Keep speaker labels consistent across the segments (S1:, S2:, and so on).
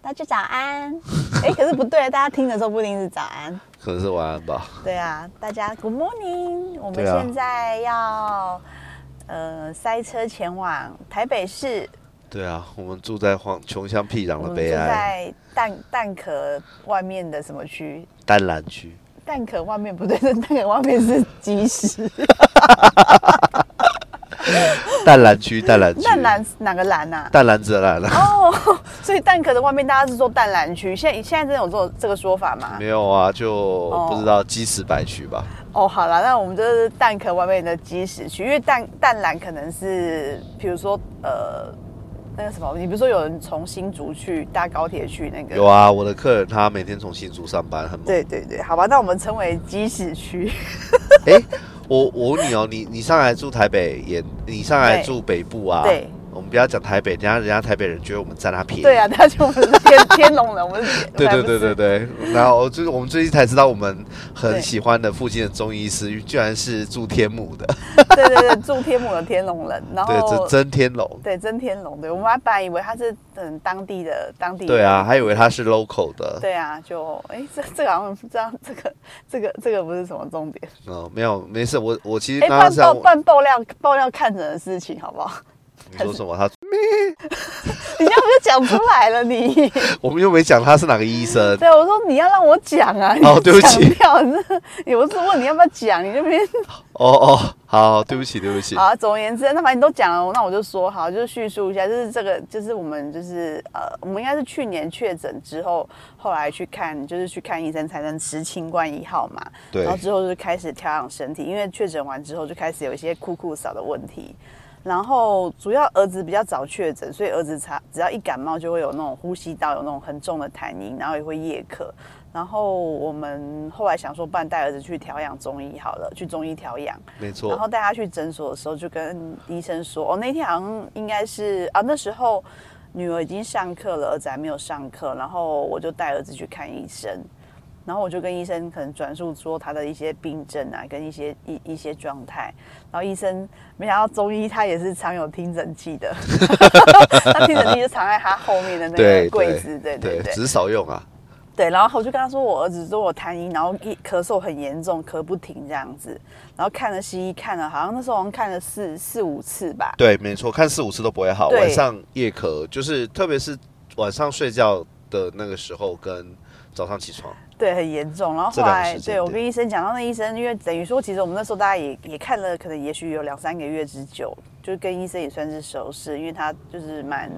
S1: 大家早安。 哎，可是不对，大家听的时候不一定是早安。
S2: 可能是晚安吧。
S1: 对啊，大家 Good morning。我们
S2: 对啊
S1: 现在要、呃塞车前往台北市，
S2: 对啊，我们住在荒穷乡僻壤
S1: 我
S2: 的
S1: 们
S2: 悲
S1: 住
S2: 哀
S1: 在蛋蛋壳外面的什么区？
S2: 丹兰区，
S1: 蛋壳外面不对， 蛋壳外面是鸡屎。
S2: 淡蓝区，淡蓝区，
S1: 蛋蓝哪个蓝啊？
S2: 淡蓝子的蓝啊，
S1: 哦， 所以蛋壳的外面大家是说淡蓝区，现在现在真的有做这个说法吗？
S2: 没有啊，就不知道鸡屎白区吧。
S1: 哦，好啦，那我们就是蛋壳外面的鸡屎区，因为蛋蛋蓝可能是，比如说呃，那个什么，你不是说有人从新竹去搭高铁去那个？
S2: 有啊，我的客人他每天从新竹上班，很猛。
S1: 对对对，好吧，那我们称为鸡屎 区。
S2: 哎，我我问你哦，你你上来住台北也，你上来
S1: 对
S2: 住北部啊？
S1: 对，
S2: 我们不要讲台北，等一下人家台北人觉得我们占他便宜。
S1: 对啊，他就我们是天天龙人，我们是
S2: 对
S1: 我们
S2: 对
S1: 不
S2: 对
S1: 是
S2: 对对，然后就是我们最近才知道，我们
S1: 对
S2: 很喜欢的附近的中医师，居然是住天母的，
S1: 对对对，住天母的天龙人，然
S2: 对，这
S1: 后
S2: 真天龙，
S1: 对真天龙，对我们还本来以为他是嗯当地的当地人
S2: 对啊，，还以为他是 local 的，
S1: 嗯对啊，就哎、这这个好像这样，这个这个这个不是什么重点。
S2: 哦，没有，没事，我我其实
S1: 哎、
S2: 刚刚
S1: 半
S2: 是要
S1: 爆
S2: 问
S1: 半爆料爆料看人的事情，好不好？
S2: 你说什么？他
S1: 你要不就讲出来了 你？
S2: 我们又没讲他是哪个医生，
S1: 嗯对，我说你要让我讲啊！你
S2: 哦对不起
S1: 讲掉，你这我是问你要不要讲，你这边
S2: 哦哦，好，对不起，对不起
S1: 好，啊。总而言之，那反正你都讲了，那我就说好，就是叙述一下，就是这个，就是我们就是呃，我们应该是去年确诊之后，后来去看，就是去看医生才能吃清冠一号嘛。
S2: 对
S1: 然后之后就开始调养身体，因为确诊完之后就开始有一些酷酷少的问题。然后主要儿子比较早确诊，所以儿子他只要一感冒就会有那种呼吸道有那种很重的痰音，然后也会夜咳。然后我们后来想说，不然带儿子去调养中医好了，去中医调养。
S2: 没
S1: 然
S2: 错
S1: 后，带他去诊所的时候，就跟医生说，哦，那天好像应该是啊，那时候女儿已经上课了，儿子还没有上课，然后我就带儿子去看医生，然后我就跟医生可能转述说他的一些病症啊，跟一些一一些状态，然后医生没想到中医他也是常有听诊器的， 他听诊器就藏在他后面的那
S2: 对
S1: 个柜
S2: 对
S1: 子，对对
S2: 对，
S1: 对
S2: 只是少用啊，
S1: 对，然后我就跟他说我儿子说我痰音，然后一咳嗽很严重，咳不停这样子。然后看了西医，看了好像那时候好像看了四四五次吧。
S2: 对，没错，看四五次都不会好，
S1: 对
S2: 晚上夜咳，就是特别是晚上睡觉的那个时候跟早上起床，
S1: 对，很严重。然后
S2: 这
S1: 后
S2: 两个
S1: 来
S2: 时间
S1: 对我
S2: 点
S1: 跟医生讲，到那医生因为等于说，其实我们那时候大家也也看了，可能也许有两三个月之久，就是跟医生也算是熟识，因为他就是蛮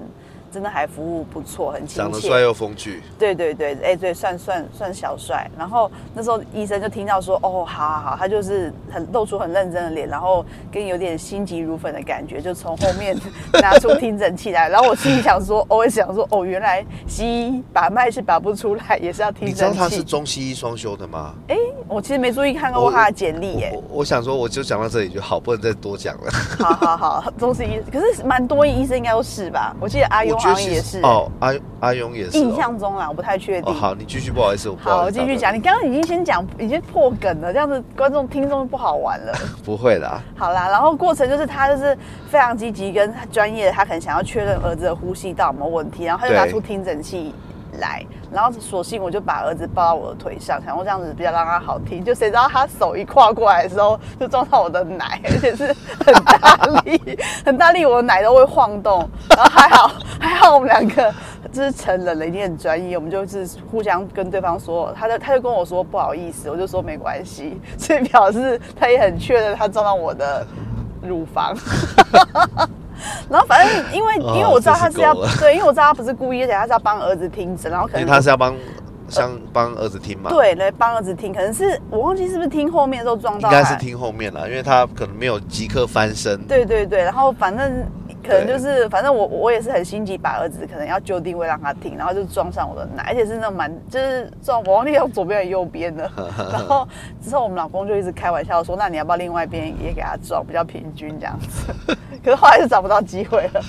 S1: 真的还服务不错，很亲
S2: 长得
S1: 切。
S2: 帅又风趣，
S1: 对对对，哎、对，算算算小帅。然后那时候医生就听到说，哦，好好好，他就是很露出很认真的脸，然后跟有点心急如焚的感觉，就从后面 拿出听诊器来。然后我心里想说，哦我也想说，哦，原来西医把脉是拔不出来，也是要听
S2: 你知道
S1: 诊
S2: 他是
S1: 器。
S2: 中西医双修的吗？
S1: 哎我其实没注意看过
S2: 我
S1: 他的简历耶。
S2: 我我想说，我就讲到这里就好，不能再多讲了。
S1: 好好好，中西医，可是蛮多医生应该都是吧？我记得阿
S2: 我
S1: 庸
S2: 觉
S1: 好像
S2: 得其
S1: 也
S2: 实
S1: 是，
S2: 哦，阿阿勇也是
S1: 印
S2: 哦。
S1: 象中啦，我不太确定。
S2: 哦，好，你继续，不好意思，我不
S1: 好，
S2: 好
S1: 我
S2: 意思
S1: 继续
S2: 打断
S1: 讲。你刚刚已经先讲，已经破梗了，这样子观众听众不好玩了。
S2: 你，不会啦。
S1: 好啦，然后过程就是他就是非常积极跟专业的，他可能想要确认儿子的呼吸道有没有问题，然后他就
S2: 对
S1: 拿出听诊器来，然后索性我就把儿子抱到我的腿上，想说这样子比较让他好听。就谁知道他手一跨过来的时候，就撞到我的奶，而且是很大力，很大力，我的奶都会晃动。然后还好，还好我们两个就是成人了，已经很专业，我们就是互相跟对方说，他就他就跟我说不好意思，我就说没关系，所以表示他也很确认他撞到我的乳房。然后反正因为因为
S2: 哦
S1: 我知道
S2: 这是
S1: 他是要
S2: 够了
S1: 对，因为我知道他不是故意，而且他是要帮儿子听诊，然后可
S2: 因为
S1: 能呃
S2: 他是要帮想帮儿子听嘛，，
S1: 对来帮儿子听，可能是我忘记是不是听后面的时候撞
S2: 应
S1: 到，
S2: 该是。听后面啦，因为他可能没有即刻翻身，
S1: 对对对，然后反正可能
S2: 对
S1: 就是，反正我我也是很心急，把儿子可能要就定位让他听，然后就撞上我的奶，而且是那种蛮就是撞我忘记用左边还是右边 的，然后之后我们老公就一直开玩笑说，那你要不要另外一边也给他撞，比较平均这样子。可是后来就找不到机会了，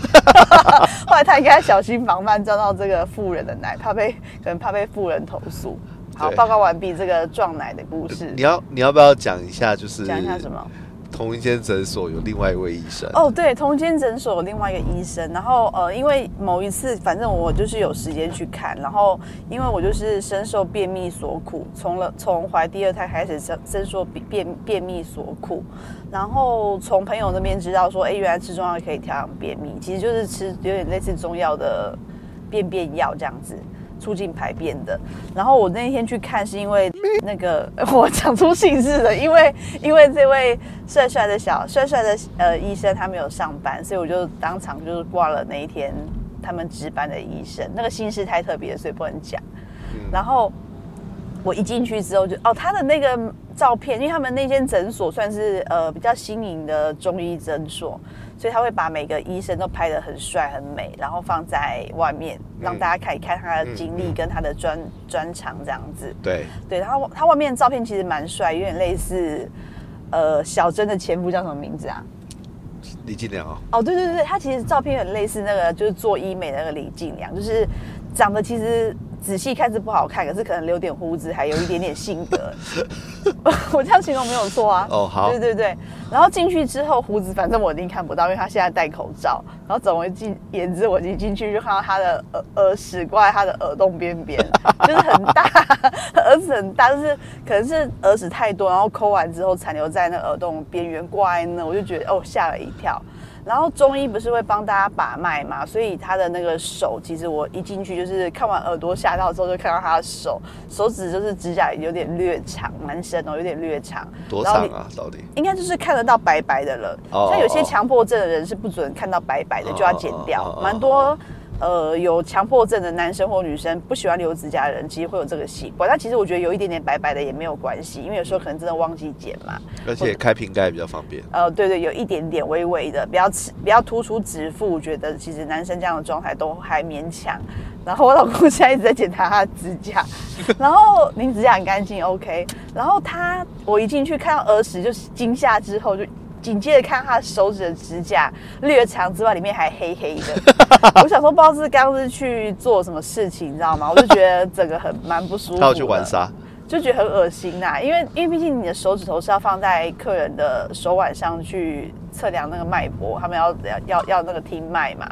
S1: 后来他应该小心防范撞到这个富人的奶，怕被可能怕被富人投诉。好，
S2: 对
S1: 报告完毕这个撞奶的故事
S2: 呃你。要你要不要讲一下，就是
S1: 讲一下什么？
S2: 同一间诊所有另外一位医生。
S1: 哦，对，同间诊所有另外一个医生，然后呃，因为某一次，反正我就是有时间去看，然后因为我就是深受便秘所苦，从了从怀第二胎开始深深受便便便秘所苦，然后从朋友那边知道说，哎，原来吃中药可以调养便秘，其实就是吃有点类似中药的便便药这样子。促进排便的。然后我那天去看，是因为那个 我讲出姓氏了，因为因为这位帅帅的小帅帅的呃医生他没有上班，所以我就当场就是挂了那一天他们值班的医生。那个姓氏太特别，所以不能讲。然后我一进去之后就哦，他的那个照片，因为他们那间诊所算是呃比较新颖的中医诊所，所以他会把每个医生都拍得很帅很美，然后放在外面让大家看一看他的经历跟他的专专长这样子。
S2: 对，
S1: 对他他外面的照片其实蛮帅，有点类似呃小珍的前夫叫什么名字啊？
S2: 李金良哦，
S1: 哦，对对对，他其实照片很类似那个，就是做医美的那个李静良，就是长得其实仔细看是不好看，可是可能留点胡子，还有一点点性 格。我这样形容没有错啊。
S2: 哦好
S1: 对对对，然后进去之后，胡子反正我一定看不到，因为他现在戴口罩。然后总而进言之，我一进去就看到他的耳耳屎挂在他的耳洞边边，就是很大， 耳屎很大，就是可能是耳屎太多，然后抠完之后残留在那耳洞边缘挂在那，我就觉得哦吓了一跳。然后中医不是会帮大家把脉嘛，所以他的那个手，其实我一进去就是看完耳朵吓到之后，就看到他的手，手指就是指甲有点略长，蛮深哦，有点略长。
S2: 多
S1: 然后
S2: 长
S1: 你
S2: 啊，到底？
S1: 应该就是看得到白白的了。
S2: 哦
S1: 像有些强迫症的人是不准看到白白的，
S2: 哦
S1: 就要剪
S2: 哦
S1: 掉
S2: 哦。
S1: 蛮多呃有强迫症的男生或女生不喜欢留指甲的人，其实会有这个习惯。但其实我觉得有一点点白白的也没有关系，因为有时候可能真的忘记剪嘛。
S2: 而且开瓶盖比较方便。
S1: 呃，对对，有一点点微微的，不要吃，不要突出指腹。我觉得其实男生这样的状态都还勉强。然后我老公现在一直在检查他的指甲，然后您指甲很干净，OK。然后他，我一进去看到耳屎，就是惊吓之后就。紧接着看他手指的指甲略长之外，里面还黑黑的。 我想说，不知道是刚是去做什么事情，你知道吗？我就觉得整个很蛮不舒服。
S2: 他要去玩沙，
S1: 就觉得很恶心呐、因为因为毕竟你的手指头是要放在客人的手腕上去测量那个脉搏，他们要要要要那个听脉嘛，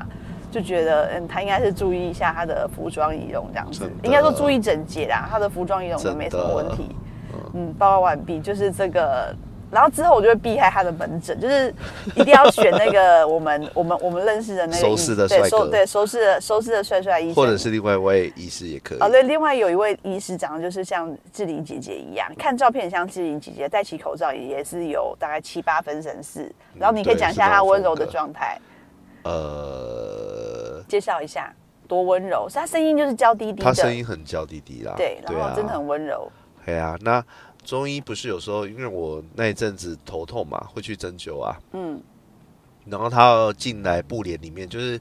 S1: 就觉得嗯，他应该是注意一下他的服装仪容这样子
S2: 真的，
S1: 应该说注意整洁啦，他的服装仪容都没什么问题。嗯，报告完毕，就是这个。然后之后我就会避开他的门诊，就是一定要选那个我们我们我们认识的那个医
S2: 熟识的
S1: 对
S2: 帅
S1: 熟
S2: 哥
S1: 对熟识的熟识的帅帅医生，
S2: 或者是另外一位医师也可以。
S1: 哦，对，另外有一位医师长得就是像志玲姐姐一样，看照片很像志玲姐姐，戴起口罩也是有大概七八分神似。然后你可以
S2: 嗯对
S1: 讲一
S2: 是
S1: 下
S2: 那
S1: 她
S2: 种
S1: 温
S2: 风
S1: 柔的
S2: 格
S1: 状态，
S2: 呃，
S1: 介绍一下多温柔，是她声音就是娇滴滴的，
S2: 他声音很娇滴滴啦。
S1: 对，然后
S2: 啊
S1: 真的很温 柔。
S2: 对啊，那中医不是有时候因为我那一阵子头痛嘛，会去针灸啊。
S1: 嗯。
S2: 然后他要进来布帘里面，就是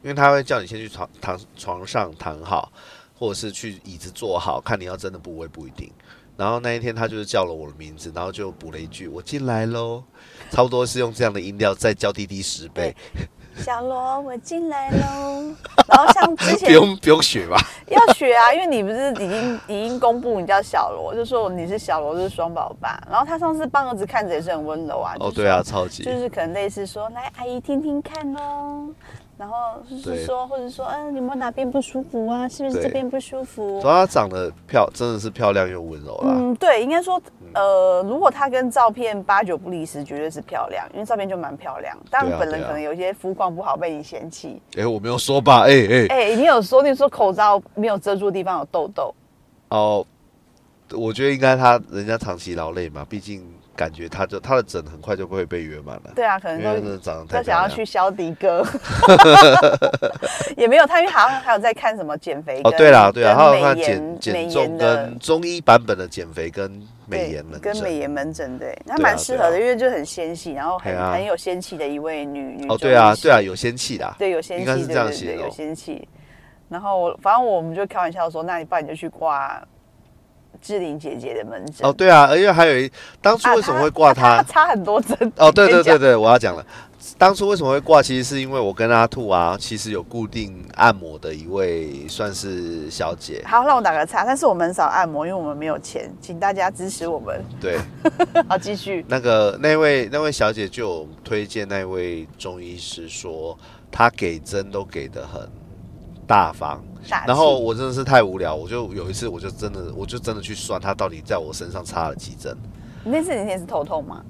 S2: 因为他会叫你先去床躺床上躺好，或者是去椅子坐好，看你要针的部位不一定。然后那一天他就是叫了我的名字，然后就补了一句“我进来喽”，差不多是用这样的音调再娇滴滴十倍，
S1: 小罗，我进来喽。然后像之
S2: 不
S1: 前
S2: 用不用 学吧？
S1: 要学啊，因为你不是已经已经公布你叫小罗，就说你是小罗，就是双宝爸。然后他上次帮儿子看着也是很温柔啊。
S2: 哦，
S1: 就
S2: 对啊，超级。
S1: 就是可能类似说，来阿姨听听看喽，然后就是
S2: 对
S1: 说，或者说，嗯、有没有哪边不舒服啊？是不是
S2: 对
S1: 这边不舒服
S2: 主？要她长得漂，真的是漂亮又温柔啦。啊
S1: 嗯，对，应该说，呃，如果她跟照片八九不离十，绝对是漂亮，因为照片就蛮漂亮。当
S2: 对
S1: 然，
S2: 啊
S1: 本人
S2: 对啊
S1: 可能有一些肤况不好被你嫌弃。
S2: 哎、我没有说吧？哎、哎、
S1: 哎、你有说你说口罩没有遮住的地方有痘痘，
S2: 哦，我觉得应该他人家长期劳累嘛，毕竟感觉他就他的诊很快就会被约满了。
S1: 对啊，可能
S2: 因为
S1: 都
S2: 真的长得
S1: 他想
S2: 太漂
S1: 要
S2: 亮
S1: 去。肖迪 哥，也没有，他因为好像还有在看什么减肥
S2: 哦，
S1: 跟
S2: 对啦，对啦，
S1: 跟
S2: 他有
S1: 美
S2: 看
S1: 颜
S2: 减
S1: 美
S2: 减
S1: 颜
S2: 重
S1: 的
S2: 跟中医版本的减肥跟美
S1: 对，
S2: 颜门
S1: 跟
S2: 诊
S1: 美颜门诊对，那
S2: 对啊
S1: 蛮适合的，
S2: 对啊
S1: 因为就很纤细，然后很、
S2: 对啊
S1: 很有仙气的一位女女
S2: 哦，对啊，
S1: 中医师
S2: 对啊，有仙气啦，
S1: 对有仙
S2: 应
S1: 气，
S2: 该是
S1: 对
S2: 这样哦
S1: 对
S2: 形
S1: 对
S2: 容
S1: 有。仙气。然后我反正我们就开玩笑说，那你不然你就去挂志玲姐姐的门诊
S2: 哦哦，。对啊，因为还有一当初
S1: 啊
S2: 为什么
S1: 她
S2: 会挂
S1: 她她？
S2: 他
S1: 插很多针
S2: 哦，对对
S1: 跟你讲
S2: 对对，我要讲了。当初为什么会挂，其实是因为我跟阿兔啊，其实有固定按摩的一位算是小姐，
S1: 好，让我打个岔，但是我们很少按摩，因为我们没有钱，请大家支持我们。
S2: 对，
S1: 好，继续。
S2: 那个那位那位小姐就有推荐那位中医师说，他给针都给的很大方，
S1: 大气
S2: 然后我真的是太无聊，我就有一次我就真的我就真的去算他到底在我身上插了几针。
S1: 你那次你也是头痛吗？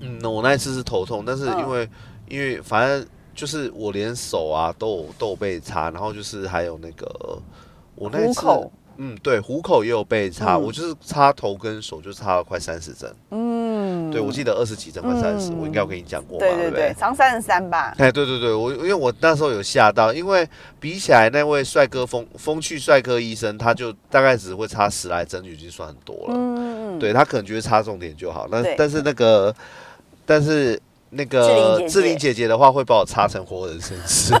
S2: 嗯，我那一次是头痛，但是
S1: 嗯
S2: 因为、因为反正就是我连手啊都有都有被擦，然后就是还有那个我那一
S1: 虎
S2: 次
S1: 口
S2: 嗯对虎口也有被擦，
S1: 嗯
S2: 我就是擦头跟手就擦了快三十针，
S1: 嗯，
S2: 对我记得二十几针快三十、
S1: 嗯
S2: 我应该有跟你讲过嘛，
S1: 对
S2: 对
S1: 对
S2: 不
S1: 对，长三十三吧。
S2: 哎，对对对，我因为我那时候有吓到，因为比起来那位帅哥风风趣帅哥医生，他就大概只会插十来针就已经算很多了。
S1: 嗯，
S2: 对他可能觉得插重点就好。那
S1: 对
S2: 但是那个，但是那
S1: 志玲姐
S2: 个
S1: 姐
S2: 志玲姐姐的话，会把我插成活人生 吃。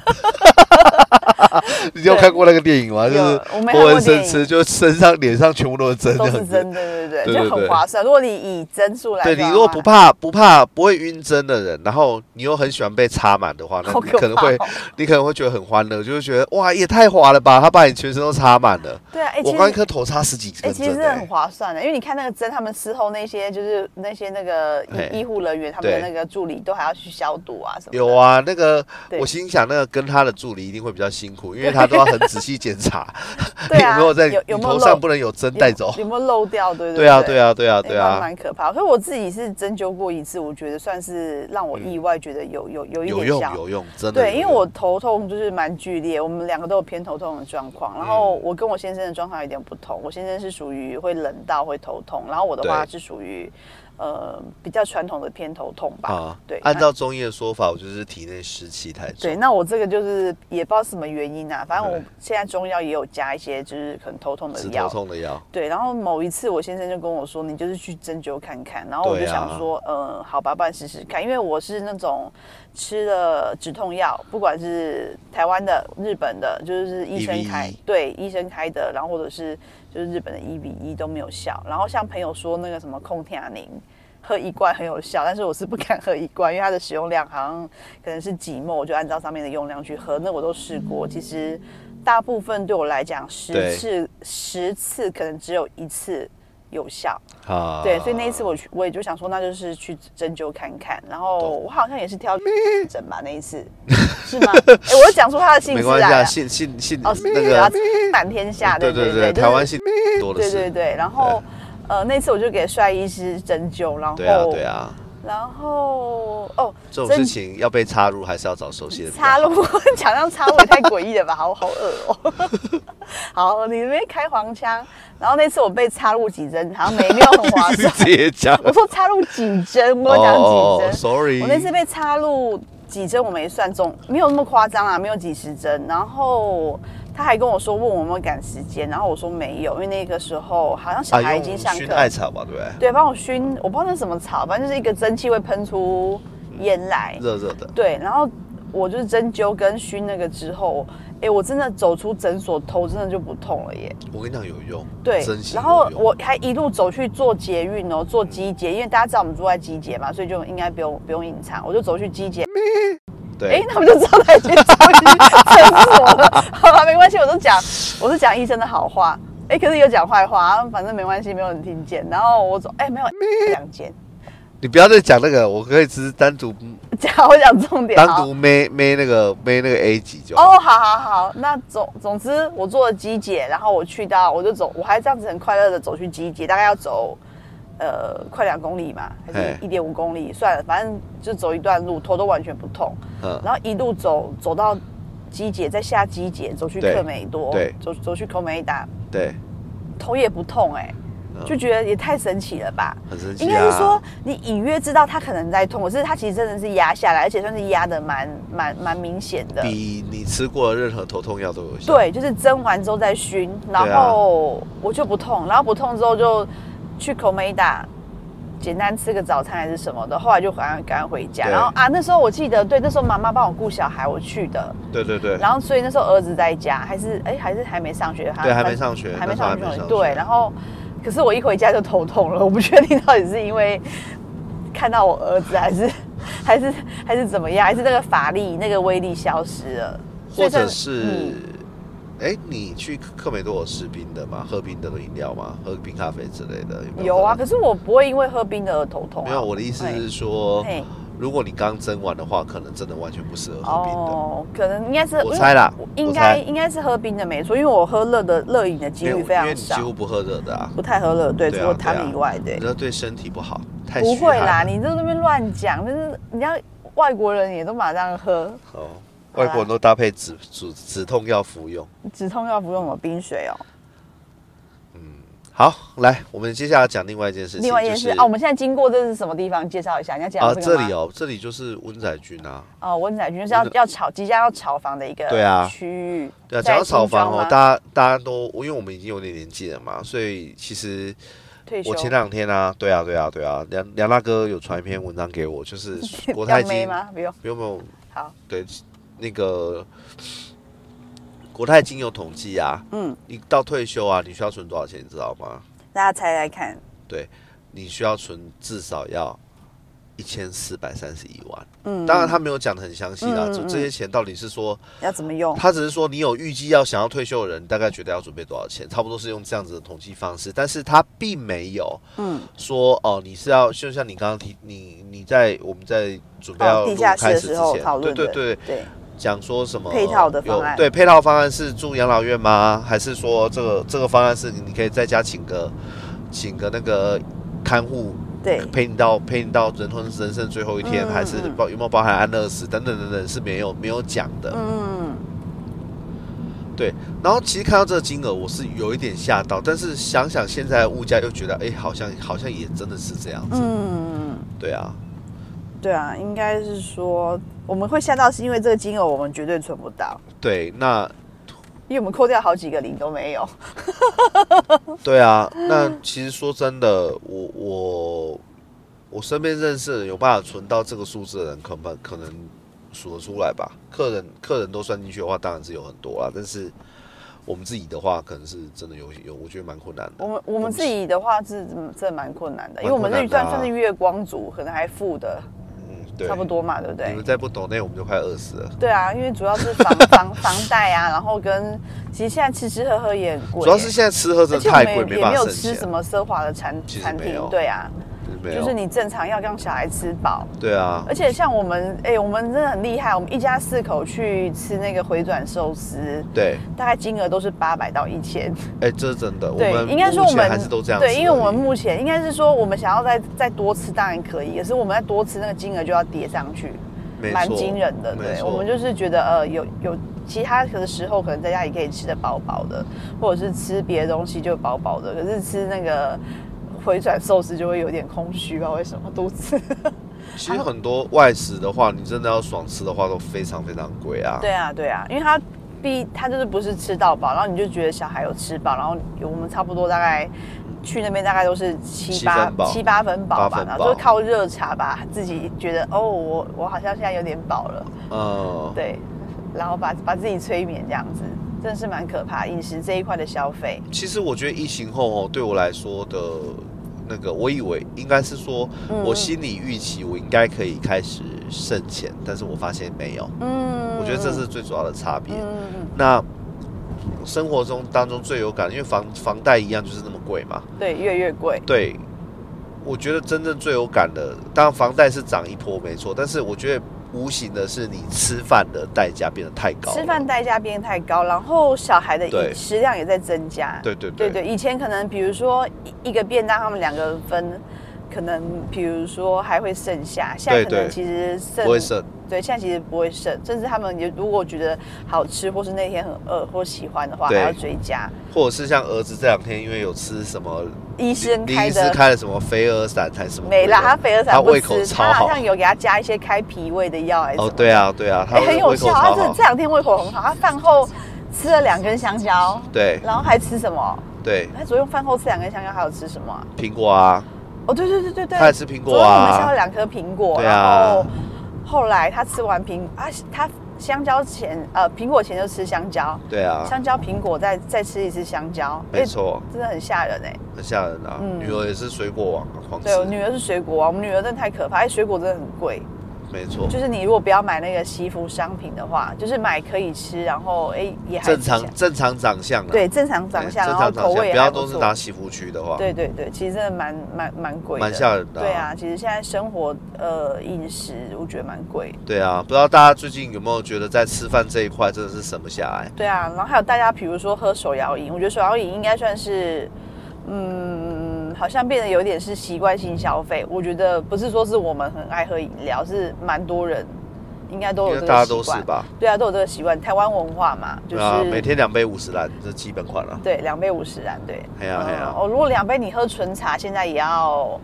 S2: 你有看过那个电影吗？就
S1: 有
S2: 是
S1: 我没看过
S2: 活人生
S1: 电
S2: 吃，就身上脸上全部都是针，
S1: 都
S2: 这
S1: 是
S2: 样子。
S1: 真的，对对对，
S2: 对对
S1: 就很
S2: 对
S1: 划算。如果你以帧数来
S2: 对
S1: 算的
S2: 你
S1: 话，
S2: 如果不怕不怕不会晕针的人，然后你又很喜欢被插满的话，那
S1: 好
S2: 你
S1: 可
S2: 可能
S1: 怕
S2: 会
S1: 哦
S2: 你可能会觉得很欢乐，就会觉得哇也太滑了吧，他把你全身都插满了。
S1: 对啊，哎，
S2: 我
S1: 其
S2: 刚一
S1: 实
S2: 颗头插十几
S1: 哎，
S2: 根
S1: 其实
S2: 针、
S1: 是
S2: 欸
S1: 很，划算的，因为你看那个针，他们事后那些就是那些那个医
S2: 嘿
S1: 医护人员，他们的
S2: 对
S1: 那个助理都还要去消毒啊什么的。
S2: 有啊，那个
S1: 对，
S2: 我心想，那个跟他的助理一定会比较辛苦，因为他都要很仔细检查
S1: 对啊
S2: 有没有在
S1: 有有没
S2: 你
S1: 有
S2: 头
S1: 漏
S2: 上不能有针带走。
S1: 有没有漏掉？对
S2: 对啊，对啊，对啊，
S1: 哎
S2: 对
S1: 蛮
S2: 啊，
S1: 蛮可怕。所以我自己是针灸过一次，我觉得算是让我意外，觉得有有有一
S2: 嗯有
S1: 点
S2: 用
S1: 效。
S2: 有用，真的有
S1: 对，
S2: 用。
S1: 因为我头痛就是蛮剧烈，我们两个都有偏头痛的状况。然后
S2: 嗯
S1: 我跟我先生的状况有点不同，我先生是属于会冷到会头痛，然后我的话
S2: 对
S1: 是属于呃比较传统的偏头痛吧。
S2: 啊，
S1: 对
S2: 按照中医的说法，我就是体内湿气太重。
S1: 对，那我这个就是也不知道什么原因啊，反正我
S2: 对
S1: 现在中药也有加一些就是可能头痛的
S2: 止头
S1: 药，
S2: 痛的药，
S1: 对，然后某一次我先生就跟我说，你就是去针灸看看，然后我就
S2: 对啊
S1: 想说，呃，好吧，不然试试看，因为我是那种吃了止痛药，不管是台湾的、日本的，就是医生
S2: EVE
S1: 开，对，医生开的，然后或者是就是日本的一比一都没有效，然后像朋友说那个什么控天宁。喝一罐很有效，但是我是不敢喝一罐，因为它的使用量好像可能是几沫，我就按照上面的用量去喝。那我都试过，其实大部分对我来讲，十
S2: 对
S1: 次十次可能只有一次有效。
S2: 啊，
S1: 对，所以那一次我去，我也就想说，那就是去针灸看看。然后
S2: 懂
S1: 我好像也是挑针吧，那一 次是吗？哎，我就讲出他的姓
S2: 没
S1: 氏
S2: 关系啊，
S1: 来了。
S2: 信信信
S1: 哦，
S2: 那
S1: 啊
S2: 个，
S1: 满天下，
S2: 对
S1: 对
S2: 对，
S1: 就是
S2: 台湾信多的
S1: 对
S2: 是，
S1: 对对。然后呃，那次我就给帅医师针灸，然后
S2: 对啊对啊，
S1: 然后哦，
S2: 这种
S1: 针
S2: 事情要被插入还是要找熟悉的比较好。
S1: 插入 讲到插入也太诡异了吧，好好恶哦、 好，你那边开黄腔，然后那次我被插入几针，好像没没有很划算。
S2: 直接讲，
S1: 我说插入几针，啊 我有讲
S2: 哦
S1: 几针。
S2: ，sorry，
S1: 我那次被插入几针，我没算中，没有那么夸张啊，没有几十针。然后他还跟我说问我有没有赶时间，然后我说没有，因为那个时候好像小
S2: 啊，
S1: 孩已
S2: 用
S1: 经上课
S2: 熏
S1: 了。
S2: 艾草吧，对不对？
S1: 对，帮我熏，我不知道那是什么草，反正就是一个蒸汽会喷出烟来。
S2: 热热的，
S1: 对，然后我就是针灸跟熏那个之后，哎、我真的走出诊所，头真的就不痛了耶。
S2: 我跟你讲有用，
S1: 对
S2: 真，心有
S1: 然
S2: 用。
S1: 后我还一路走去做捷运哦，做机捷，因为大家知道我们住在机捷嘛，所以就应该不用不用隐藏，我就走去机捷，哎、
S2: 对，
S1: 那我们就知道他已经走 去诊所了。好了，没关系，我都讲，我是讲医生的好话，哎、可是有讲坏话，啊反正没关系，没有人听见。然后我走，哎、没有两间，
S2: 你不要再讲那个，我可以只是单独
S1: 讲我讲重点，
S2: 单
S1: 好
S2: 独咩咩那个咩那个 A 级就好。
S1: 哦，好好好，那总总之我做了机姐，然后我去到，我就走，我还这样子很快乐的走去机姐，大概要走呃快两公里嘛，还是
S2: 嘿
S1: 一点五公里，算了，反正就走一段路，头都完全不痛，
S2: 嗯，
S1: 然后一路走走到机姐，再下机姐，走去
S2: 对
S1: 克美多，
S2: 对
S1: 走走去科美达，
S2: 对，
S1: 头也不痛哎、
S2: 嗯
S1: 就觉得也太神奇了吧。
S2: 很神奇
S1: 应
S2: 啊。
S1: 该是说，你隐约知道他可能在痛，可是他其实真的是压下来，而且算是压的蛮蛮蛮明显的，
S2: 比你吃过的任何头痛药都有效。
S1: 对，就是蒸完之后再熏，
S2: 啊
S1: 然后我就不痛，然后不痛之后就去口美打，简单吃个早餐还是什么的，后来就赶快赶快回家。
S2: 对
S1: 然后啊，那时候我记得，对，那时候妈妈帮我顾小孩，我去的，
S2: 对对对
S1: 然后所以那时候儿子在家，还是哎还是还没上学，
S2: 对，还
S1: 反
S2: 没上学，
S1: 还
S2: 那
S1: 没
S2: 时候
S1: 上
S2: 还
S1: 学
S2: 没上学。
S1: 对，然后可是我 一回家就头痛了，我不确定到底是因为看到我儿子还是 还是还是怎么样？还是那个法力、那个威力消失了？所
S2: 或
S1: 以这
S2: 者
S1: 样
S2: 是
S1: 嗯，
S2: 哎、你去克美多有吃冰的吗？喝冰的饮料吗？喝冰咖啡之类的？有没有
S1: 有啊，
S2: 可
S1: 可是我不会因为喝冰的而头痛、
S2: 能
S1: 啊。
S2: 没有，我的意思是说
S1: 嘿嘿，
S2: 如果你刚蒸完的话，可能真的完全不适合喝冰的。
S1: 哦，可能应该是
S2: 我猜啦
S1: 因为
S2: 我
S1: 应该
S2: 猜
S1: 应该是喝冰的没错，因为我喝热的热饮的几
S2: 因为
S1: 率非
S2: 因
S1: 常
S2: 为你几
S1: 少，
S2: 乎不喝热的啊，
S1: 不太喝热，对，
S2: 对啊
S1: 除了
S2: 对
S1: 汤
S2: 啊
S1: 以外，对，
S2: 这对身体不好，太
S1: 不
S2: 虚
S1: 会
S2: 寒
S1: 啦，
S2: 了
S1: 你在那边乱讲，就是人家外国人也都马上喝
S2: 哦，
S1: 好啦
S2: 外国人都搭配止止止痛药服用。
S1: 止痛药，不用什么冰水哦。
S2: 好，来，我们接下来讲另外一件事情，
S1: 另外一件事
S2: 就是
S1: 啊，我们现在经过这是什么地方？介绍一下，你要介绍
S2: 啊，
S1: 这
S2: 这
S1: 个吗？
S2: 里哦，这里就是温仔郡啊。
S1: 哦，温仔君就是要
S2: 温
S1: 要炒，即将要炒房的一个
S2: 对啊
S1: 区域，
S2: 对啊，
S1: 在
S2: 讲到炒
S1: 新
S2: 房
S1: 庄
S2: 哦，
S1: 吗
S2: 大家大家都，因为我们已经有点年纪了嘛，所以其实
S1: 退休
S2: 我 前两天啊，对啊，对啊，对啊，梁梁大哥有传一篇文章给我，就是 国泰
S1: 要
S2: 金
S1: 妹吗？不用，
S2: 有没有？
S1: 好，
S2: 对，那个国泰金有统计啊，
S1: 嗯，
S2: 你到退休啊，你需要存多少钱，你知道吗？
S1: 大家猜猜看，
S2: 你需要存至少要一千四百三十一万。
S1: 嗯，
S2: 当然，他没有讲的很详细啦，
S1: 嗯嗯
S2: 就
S1: 嗯
S2: 这些钱到底是说，
S1: 要怎么用？
S2: 他只是说你有预计要想要退休的人，大概觉得要准备多少钱，差不多是用这样子的统计方式，但是他并没有
S1: 嗯，
S2: 说哦，你是要就像你刚刚提，你你在我们在准备要
S1: 哦地
S2: 录
S1: 下室
S2: 开
S1: 的
S2: 始之
S1: 时候
S2: 前，
S1: 讨
S2: 对
S1: 论
S2: 对
S1: 的
S2: 对，
S1: 对，
S2: 讲说什么
S1: 配套的方案
S2: 有对，配套方案是住养老院吗？还是说这个这个方案是你可以在家请个请个那个看护
S1: 对，
S2: 陪你到陪你到人同人生最后一天，
S1: 嗯
S2: 还是
S1: 嗯
S2: 包有没有包含安乐死等等等等是没有没有讲的。
S1: 嗯，
S2: 然后其实看到这个金额，我是有一点吓到，但是想想现在的物价又觉得，哎、好像好像也真的是这样子。
S1: 嗯，
S2: 对啊，
S1: 对啊，应该是说我们会吓到，是因为这个金额我们绝对存不到，
S2: 对，那
S1: 因为我们扣掉好几个零都没有。
S2: 对啊，那
S1: 嗯
S2: 其实说真的，我我我身边认识的有办法存到这个数字的人，可能可能数得出来吧。客人客人都算进去的话，当然是有很多啦，但是我们自己的话，可能是真的有有，我觉得蛮困难的。
S1: 我们我们自己的话是嗯真的蛮困难的，
S2: 蛮
S1: 因为我们是
S2: 困难
S1: 算
S2: 的啊
S1: 算是月光族，可能还负的
S2: 嗯，对，
S1: 差不。多嘛，对不
S2: 你
S1: 对
S2: 们？再不懂那我们就快饿死了。
S1: 对啊，因为主要是房 房房贷啊，然后跟其实现在吃吃喝喝也很贵耶，
S2: 主要是现在吃喝真
S1: 而
S2: 的
S1: 且
S2: 太
S1: 我
S2: 贵，
S1: 们也也
S2: 办
S1: 没
S2: 法
S1: 有
S2: 省
S1: 吃
S2: 钱。
S1: 什么奢华的餐
S2: 其实
S1: 餐
S2: 没
S1: 厅
S2: 有，
S1: 对啊，
S2: 没有
S1: 就是你正常要让小孩吃饱，
S2: 对啊，
S1: 而且像我们，哎、我们真的很厉害，我们一家四口去吃那个回转寿司，
S2: 对，
S1: 大概金额都是八百到一千。
S2: 哎，这是真的。我
S1: 对，
S2: 们
S1: 应该说我
S2: 目前
S1: 们
S2: 还是都这样。
S1: 对，因为我们目前应该是说我们想要再再多吃，当然可以，可是我们再多吃那个金额就要叠上去，
S2: 没
S1: 蛮
S2: 错
S1: 惊人的。
S2: 没
S1: 对，
S2: 错
S1: 我们就是觉得呃，有有其他的时候可能在家里可以吃的饱饱的，或者是吃别的东西就饱饱的，可是吃那个回转寿司就会有点空虚吧？为什么肚 子？
S2: 其实很多外食的话，你真的要爽吃的话，都非常非常贵啊。
S1: 对啊，对啊，因为他逼他就是不是吃到饱，然后你就觉得小孩有吃饱，然后我们差不多大概去那边大概都是七
S2: 七
S1: 八
S2: 分饱
S1: 七八分饱
S2: 八
S1: 吧，
S2: 分
S1: 然
S2: 饱
S1: 后就是靠热茶把自己觉得哦，我我好像现在有点饱了，
S2: 嗯，
S1: 对，然后把把自己催眠这样子，真的是蛮可怕。饮食这一块的消费，
S2: 其实我觉得疫情后哦，对我来说的那个，我以为应该是说，
S1: 嗯
S2: 我心里预期我应该可以开始省钱，但是我发现没有。
S1: 嗯，
S2: 我觉得这是最主要的差别。
S1: 嗯嗯
S2: 那生活中当中最有感，因为房房贷一样就是那么贵嘛。
S1: 嗯对越来越贵，
S2: 对，我觉得真正最有感的，当然房贷是涨一波没错，但是我觉得无形的是你吃饭的代价变得太高了。
S1: 吃饭代价变太高，然后小孩的饮
S2: 对
S1: 食量也在增加，
S2: 对对
S1: 对
S2: 对
S1: 对，以前可能比如说一一个便当，他们两个人分，可能比如说还会剩下，现在
S2: 对
S1: 可能
S2: 对
S1: 其实剩
S2: 不会剩。
S1: 对，现在其实不会剩，甚至他们也如果觉得好吃，或是那天很饿或喜欢的话，还
S2: 对
S1: 要追加。
S2: 或者是像儿子这两天因为有吃什么，
S1: 医生
S2: 林
S1: 开
S2: 医师
S1: 的
S2: 开了什么飞蛾散还是什么鬼
S1: 没
S2: 的？
S1: 啦，他肥儿
S2: 他
S1: 散不
S2: 胃口
S1: 吃，
S2: 超
S1: 他好
S2: 好
S1: 像有给他加一些开脾胃的药还是什么
S2: 哦，
S1: 的
S2: 对啊，对啊，他
S1: 哎很有
S2: 胃口
S1: 效
S2: 超
S1: 啊！他这
S2: 好
S1: 这。两天胃口很好，他饭后吃了两根香蕉，
S2: 对
S1: 然后还吃什么？
S2: 对，
S1: 他昨天饭后吃两根香蕉，还有吃什么啊？
S2: 苹果啊，
S1: 哦，对对对对对，
S2: 他也吃苹果
S1: 昨天我们削了
S2: 啊，
S1: 两颗苹果，
S2: 对啊
S1: 然后后来他吃完苹啊，他香蕉前呃苹果前就吃香蕉，
S2: 对啊，
S1: 香蕉苹果再再吃一次香蕉，
S2: 没错，
S1: 哎，真的很吓人哎、
S2: 很吓人啊。
S1: 嗯
S2: 女儿也是水果王啊，狂吃
S1: 对。我女儿是水果啊，我们女儿真的太可怕，哎，水果真的很贵，
S2: 没错，
S1: 就是你如果不要买那个西服商品的话，就是买可以吃，然后哎也还
S2: 正常
S1: 行
S2: 正常长相啊啦，
S1: 对正常长
S2: 对
S1: 相，
S2: 正
S1: 然后
S2: 常
S1: 口
S2: 长相，
S1: 味也
S2: 不要
S1: 还
S2: 都是
S1: 错
S2: 拿西服去的话，
S1: 对对对，其实真的蛮蛮蛮贵的，
S2: 蛮吓人的啊
S1: 对啊，其实现在生活呃饮食我觉得蛮贵的。
S2: 对啊，不知道大家最近有没有觉得在吃饭这一块真的是省不下来？
S1: 对啊，然后还有大家比如说喝手摇饮，我觉得手摇饮应该算是嗯，好像变得有点是习惯性消费。我觉得不是说是我们很爱喝饮料，是蛮多人应该都
S2: 因
S1: 有
S2: 为
S1: 这
S2: 大家
S1: 个
S2: 都
S1: 习
S2: 是
S1: 惯。
S2: 吧？
S1: 对啊，都有这个习惯，台湾文化嘛，就
S2: 对啊，
S1: 是
S2: 每天两杯五十兰，这基本款啊了、
S1: 对两杯五十兰，对。
S2: 哎呀哎呀
S1: 嗯哦，如果两杯你喝纯茶，现在也要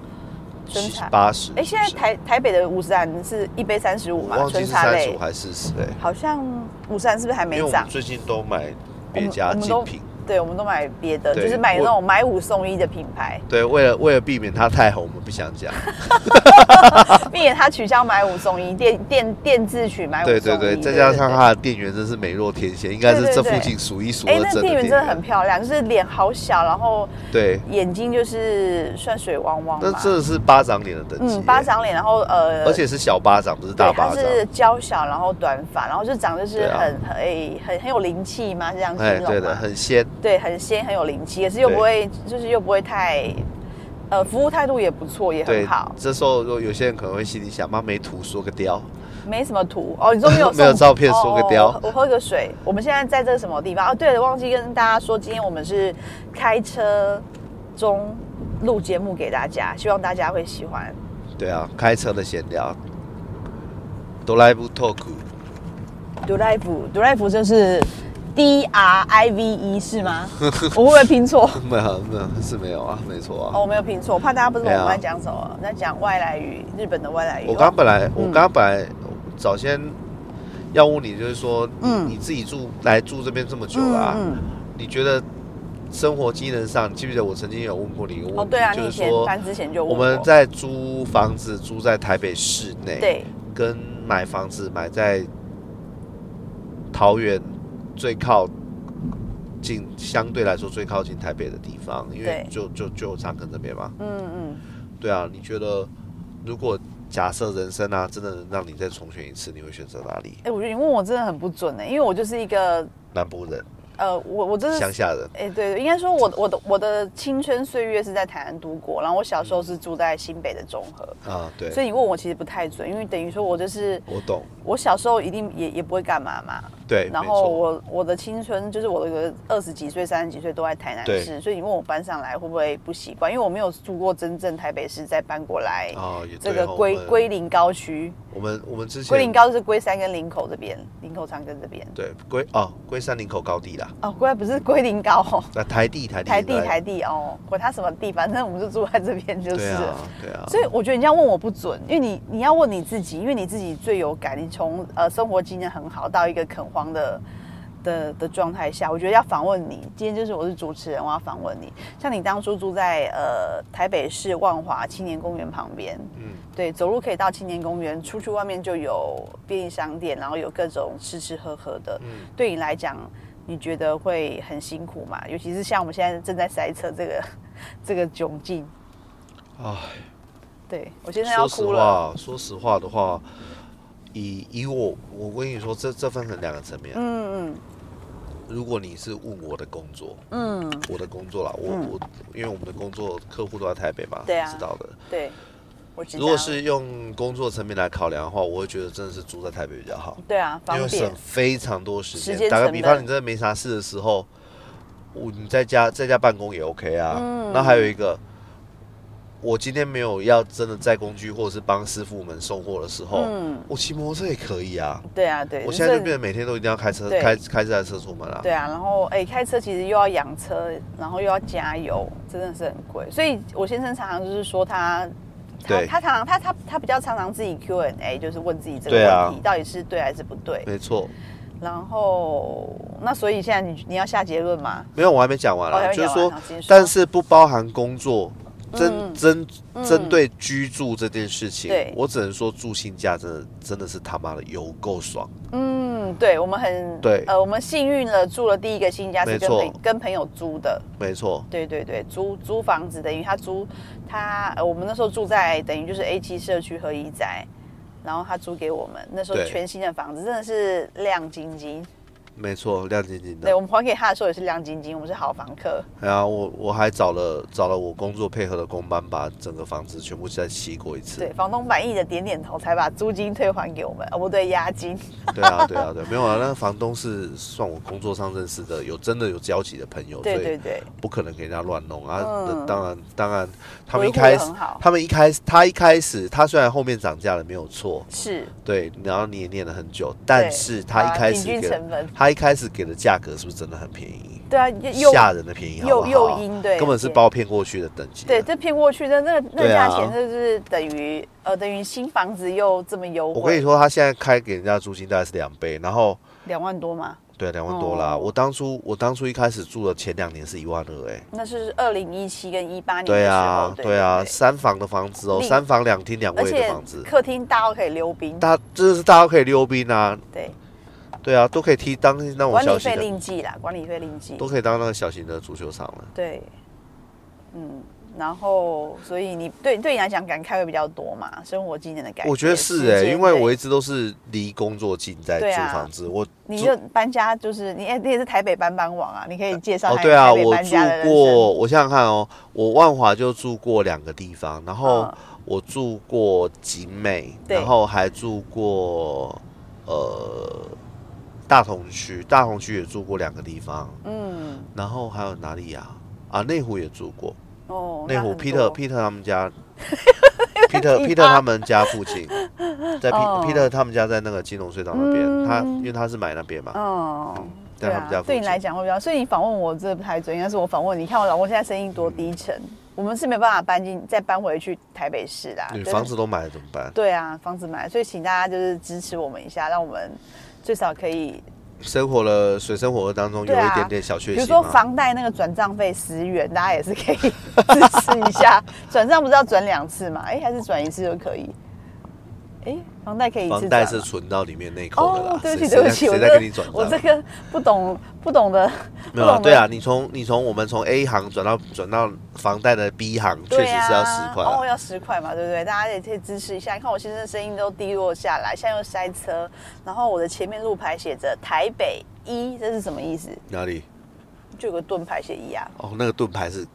S1: 纯茶
S2: 八十。
S1: 哎，现在台台北的五十兰是一杯三十五
S2: 我
S1: 嘛，
S2: 忘
S1: 纯
S2: 记是
S1: 茶
S2: 三十
S1: 类
S2: 五，还是四十哎，
S1: 好像五十兰是不是还
S2: 因为
S1: 没
S2: 我
S1: 涨
S2: 们？最近都买
S1: 我
S2: 别
S1: 们
S2: 家
S1: 我们
S2: 精
S1: 都
S2: 品。
S1: 对，我们都买别的，就
S2: 对
S1: 是买那
S2: 我
S1: 种买五送一的品 牌，
S2: 对，为了为了避免它太红，我们不想讲。
S1: 并且它取消买五送一，电电电自取买五送
S2: 对
S1: 一，
S2: 对对，再加上它的店员真是美若天仙，应该是
S1: 对对
S2: 这
S1: 对
S2: 附近数一数
S1: 哎，
S2: 二
S1: 那
S2: 的
S1: 店员
S2: 员。
S1: 真的很漂亮，就是脸好小，然后
S2: 对，
S1: 眼睛就是算水汪汪
S2: 那
S1: 嘛，
S2: 真的是巴掌脸的等级。
S1: 嗯，巴，掌脸，然后呃，
S2: 而且是小巴掌，不是大
S1: 对，他
S2: 巴掌。
S1: 是娇小，然后短发，然后就长得就是
S2: 对啊
S1: 很、很诶很很有灵气嘛，是这样形
S2: 哎，
S1: 容
S2: 对
S1: 吗
S2: 的，很仙。
S1: 对，很仙，很有灵气，可是又
S2: 对
S1: 不会，就是又不会太，呃，服务态度也不错，也很
S2: 对
S1: 好，，
S2: 这时候如果有些人可能会心里想，妈没图说个雕，
S1: 没什么图哦。你说没有
S2: 没有
S1: 送
S2: 照片说个
S1: 哦
S2: 雕
S1: 我我喝个水。我们现在在这个什么地方？哦，对了，忘记跟大家说，今天我们是开车中录节目给大家，希望大家会喜欢。
S2: 对啊，开车的闲聊。哆啦 A 梦 talk，
S1: d r i v e d r i v e 就是 D R I V E 是 吗？我会不会拼错？
S2: 没有没有是没有啊，没错啊。
S1: 哦，我没有拼错，我怕大家不懂我
S2: 对
S1: 们
S2: 啊
S1: 在讲什么，在讲外来语，日本的外来语。
S2: 我刚本来我
S1: 嗯
S2: 刚本来早先要问你，就是说，
S1: 嗯
S2: 嗯，你自己住来住这边这么久了啊，
S1: 嗯
S2: 你觉得生活机能上，记不记得我曾经有问过你一个
S1: 嗯哦，
S2: 问题，
S1: 对啊，你
S2: 就
S1: 以
S2: 是
S1: 前
S2: 说
S1: 搬之前就问
S2: 我们
S1: 过
S2: 在租房子租在台北市内，，
S1: 对
S2: 跟买房子买在桃园最靠近，相对来说最靠近台北的地方，因为
S1: 对
S2: 就就就长庚这边嘛，
S1: 嗯嗯
S2: 对啊，你觉得如果假设人生啊，真的能让你再重选一次，你会选择哪里
S1: 哎、？我觉得你问我真的很不准哎、因为我就是一个
S2: 南部人、
S1: 呃，我我真是
S2: 乡下人，
S1: 哎、对，应该说我的我的我的青春岁月是在台南度过，然后我小时候是住在新北的中和，
S2: 啊，对，
S1: 所以你问我其实不太准，因为等于说我就是
S2: 我懂，
S1: 我小时候一定也也不会干嘛嘛，
S2: 对，
S1: 然
S2: 没
S1: 后
S2: 错
S1: 我我的青春就是我的二十几岁、三十几岁都在台南
S2: 对
S1: 市，所以你问我搬上来会不会不习惯？因为我没有住过真正台北市，再搬过来、
S2: 哦，也
S1: 这
S2: 对
S1: 个
S2: 哦我
S1: 归
S2: 们
S1: 归零高区，
S2: 我们我们之前
S1: 归零高就是龟山跟林口这边，林口长庚这边。
S2: 对归哦归山林口高地啦，
S1: 哦，龟不是龟林高哦，
S2: 那台地台地
S1: 台地
S2: 应该
S1: 台地哦，管它什么地，反正我们就住在这边就是
S2: 对
S1: 了。
S2: 啊对啊，
S1: 所以我觉得你这样问我不准，因为你你要问你自己，因为你自己最有感。你从呃生活经验很好到一个垦荒的的的状态下，我觉得要访问你。今天就是我是主持人，我要访问你。像你当初住在呃台北市万华青年公园旁边，
S2: 嗯
S1: 对，走路可以到青年公园，出去外面就有便利商店，然后有各种吃吃喝喝的。
S2: 嗯，
S1: 对你来讲，你觉得会很辛苦嘛？尤其是像我们现在正在塞车这个这个窘境。
S2: 唉，
S1: 对我现在要
S2: 说实
S1: 哭了。
S2: 话说实话的话，以以我我跟你说这这分成两个层面，啊
S1: 嗯
S2: 如果你是问我的工作，
S1: 嗯嗯，
S2: 我的工作啦，我
S1: 嗯
S2: 我因为我们的工作客户都在台北嘛，
S1: 对啊
S2: 知道的。
S1: 对，我知道。
S2: 如果是用工作层面来考量的话，我会觉得真的是住在台北比较好。
S1: 对啊，
S2: 因
S1: 方
S2: 为
S1: 便
S2: 省。非常多时
S1: 时
S2: 间。
S1: 间
S2: 打个
S1: 成
S2: 比
S1: 本
S2: 方，你真的没啥事的时候，我你在家在家办公也 OK 啊。
S1: 嗯
S2: 那还有一个，我今天没有要真的载工具或者是帮师傅们送货的时候，
S1: 嗯
S2: 我骑摩托车也可以啊。
S1: 对啊，对。
S2: 我现在就
S1: 这
S2: 变得每天都一定要开车
S1: 对
S2: 开开这台车出门啊。
S1: 对啊，然后哎、开车其实又要养车，然后又要加油，真的是很贵。所以我先生常常就是说他。他
S2: 对
S1: 他常常他他他比较常常自己 Q&A，就是问自己这个
S2: 对啊
S1: 问题、到底是对还是不对。
S2: 没错，
S1: 然后那所以现在你你要下结论吗？
S2: 没有我还没讲完
S1: 哦还
S2: 啊，
S1: 没
S2: 就是
S1: 讲完
S2: 说
S1: 好继续说，
S2: 但是不包含工作，针
S1: 嗯
S2: 针
S1: 嗯
S2: 针对居住这件事情
S1: 对，
S2: 我只能说住性价真的真的是他妈的有够爽。
S1: 嗯，对，我们很
S2: 对
S1: 呃，我们幸运了，住了第一个新家是
S2: 没
S1: 跟
S2: 错
S1: 朋跟朋友租的，
S2: 没错，
S1: 对对对，租租房子等于他租他、呃，我们那时候住在等于就是 A 七社区合一宅，然后他租给我们，那时候
S2: 对
S1: 全新的房子，真的是亮晶晶。
S2: 没错，亮晶晶的
S1: 对，。我们还给他的时候也是亮晶晶，我们是好房客。
S2: 然后我我还找了找了我工作配合的工班，把整个房子全部再漆过一次。
S1: 对，房东满意的点点头，才把租金退还给我们。哦，不对，押金。
S2: 对啊，对啊，对，没有啊。那个房东是算我工作上认识的，有真的有交集的朋 友，
S1: 对对
S2: 哦所以
S1: 对，
S2: 不可能给人家乱弄啊。
S1: 嗯
S2: 那当然，当然，他们
S1: 维
S2: 一
S1: 护得
S2: 开始
S1: 很好，
S2: 他们一开始，他一开始，他虽然后面涨价了没有错，
S1: 是。
S2: 对，然后你也念了很久，但是他
S1: 把
S2: 一开始
S1: 平均
S2: 给
S1: 成本
S2: 他一开始给的价格是不是真的很便宜？
S1: 对啊，又
S2: 吓人的便宜，好
S1: 诱
S2: 不
S1: 诱
S2: 好？
S1: 因对，
S2: 根本是
S1: 对
S2: 把我骗过去的等级。啊
S1: 对，这骗过去的那个那
S2: 对啊
S1: 价钱，就是等于呃等于新房子又这么优惠，
S2: 我跟你说，他现在开给人家租金大概是两倍，然后
S1: 两万多嘛，
S2: 对两万多啦。
S1: 哦
S2: 我当初我当初一开始住的前两年是一万二，哎，
S1: 那是二零一七跟一八年的
S2: 对
S1: 时
S2: 啊
S1: 候，，
S2: 对啊，三房的房子哦，
S1: 另
S2: 三房两厅两
S1: 而
S2: 卫的
S1: 且
S2: 房子，
S1: 客厅大到可以溜冰，
S2: 大就是大家可以溜冰啊，
S1: 对，
S2: 对啊，都可以踢当那种
S1: 管
S2: 小
S1: 理
S2: 型
S1: 费
S2: 的，
S1: 另计啦，管理费另计
S2: 都，可以当那个小型的足球场了。
S1: 对，嗯，然后所以你对对你来讲感慨会比较多嘛，生活经验的改变，
S2: 我觉得是哎、
S1: 时间
S2: 因为
S1: 对
S2: 我一直都是离工作近在
S1: 欸对
S2: 租
S1: 啊
S2: 房子，我
S1: 你
S2: 住
S1: 就搬家就是你哎你也是台北搬搬网啊，你可以介绍
S2: 哦
S1: 下你
S2: 对啊，
S1: 台北
S2: 我
S1: 搬
S2: 住
S1: 家的人生
S2: 过，我想想看哦，我万华就住过两个地方，然后
S1: 嗯
S2: 我住过景美，
S1: 对
S2: 然后还住过呃大同区，大同区也住过两个地方，
S1: 嗯
S2: 然后还有哪里呀、啊？内湖也住过，
S1: 哦，
S2: 内
S1: 那
S2: 湖
S1: 很
S2: Peter
S1: 多
S2: Peter 他 们家，Peter Peter 他们家附近，在 P、
S1: 哦
S2: Peter 他们家在那个金融隧道那边，他
S1: 嗯
S2: 因为他是买那边嘛，
S1: 哦，
S2: 在他们家附
S1: 对
S2: 近。
S1: 你来讲会比较，所以你访问我这不太准，应该是我访问你。你看我老公现在声音多低沉，
S2: 嗯
S1: 我们是没办法搬进再搬回去台北市啦。
S2: 你
S1: 就是
S2: 房子都买了怎么办？
S1: 对啊，房子买，所以请大家就是支持我们一下，让我们最少可以，
S2: 生活了水深火热当中有
S1: 对啊
S2: 一点点小确
S1: 比
S2: 幸
S1: 如
S2: 嘛。
S1: 说房贷那个转账费十元，大家也是可以支持一 下。转账不是要转两次嘛？哎、还是转一次就可以？哎、房贷可以一次
S2: 房贷
S1: 转
S2: 是
S1: 吗
S2: 存到里面内扣的啦。
S1: 哦，对不起，
S2: 谁
S1: 对不起，
S2: 谁
S1: 我
S2: 在谁在跟你
S1: 这
S2: 转
S1: 个
S2: 账？
S1: 我这个不懂不懂的，
S2: 没有
S1: 不
S2: 啊，
S1: 懂
S2: 对
S1: 得
S2: 啊，你从你从我们从 A 行转到转到房贷的 B 行，确
S1: 对
S2: 实是要十块
S1: 啊、
S2: 啊
S1: 哦，。要十块嘛，对不对？大家也可以支持一下。你看我先生的声音都低落下来，现在又塞车，然后我的前面路牌写着台北一，这是什么意思？
S2: 哪里？
S1: 就有个盾牌写一啊，
S2: 哦，那个盾牌是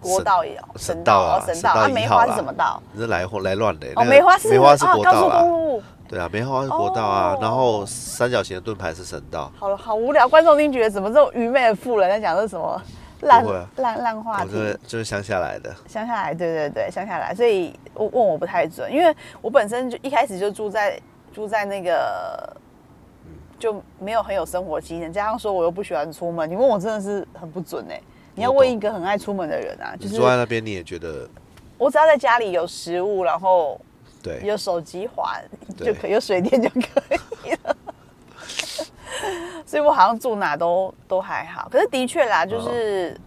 S1: 国
S2: 省
S1: 道也有，
S2: 省道啊
S1: 哦，省
S2: 省
S1: 道啊，
S2: 道一
S1: 梅
S2: 号
S1: 花
S2: 啦
S1: 是什么道？
S2: 你是来货来乱的欸。
S1: 哦，
S2: 那个
S1: 梅花是
S2: 梅花是
S1: 啊
S2: 国
S1: 高速
S2: 道
S1: 公
S2: 啦。
S1: 路。
S2: 对啊，梅花是国道啊
S1: 哦，
S2: 然后三角形的盾牌是省道。
S1: 好了，好无聊，观众一定觉得怎么这种愚昧的妇人在讲这是什么烂
S2: 不会啊
S1: 烂烂话
S2: 我
S1: 题？
S2: 这就是乡下来的，
S1: 乡下来，对对对，乡下来，所以我问我不太准，因为我本身就一开始就住在住在那个，
S2: 嗯
S1: 就没有很有生活经验，加上说我又不喜欢出门，你问我真的是很不准哎、你要
S2: 我懂
S1: 问一个很爱出门的人啊，就
S2: 你
S1: 是
S2: 坐在那边你也觉得
S1: 我只要在家里有食物，然后
S2: 对，
S1: 有手机滑
S2: 对
S1: 就可以，有水电就可以了。 所以我好像住哪都都还好，可是的确啦，就是，
S2: 嗯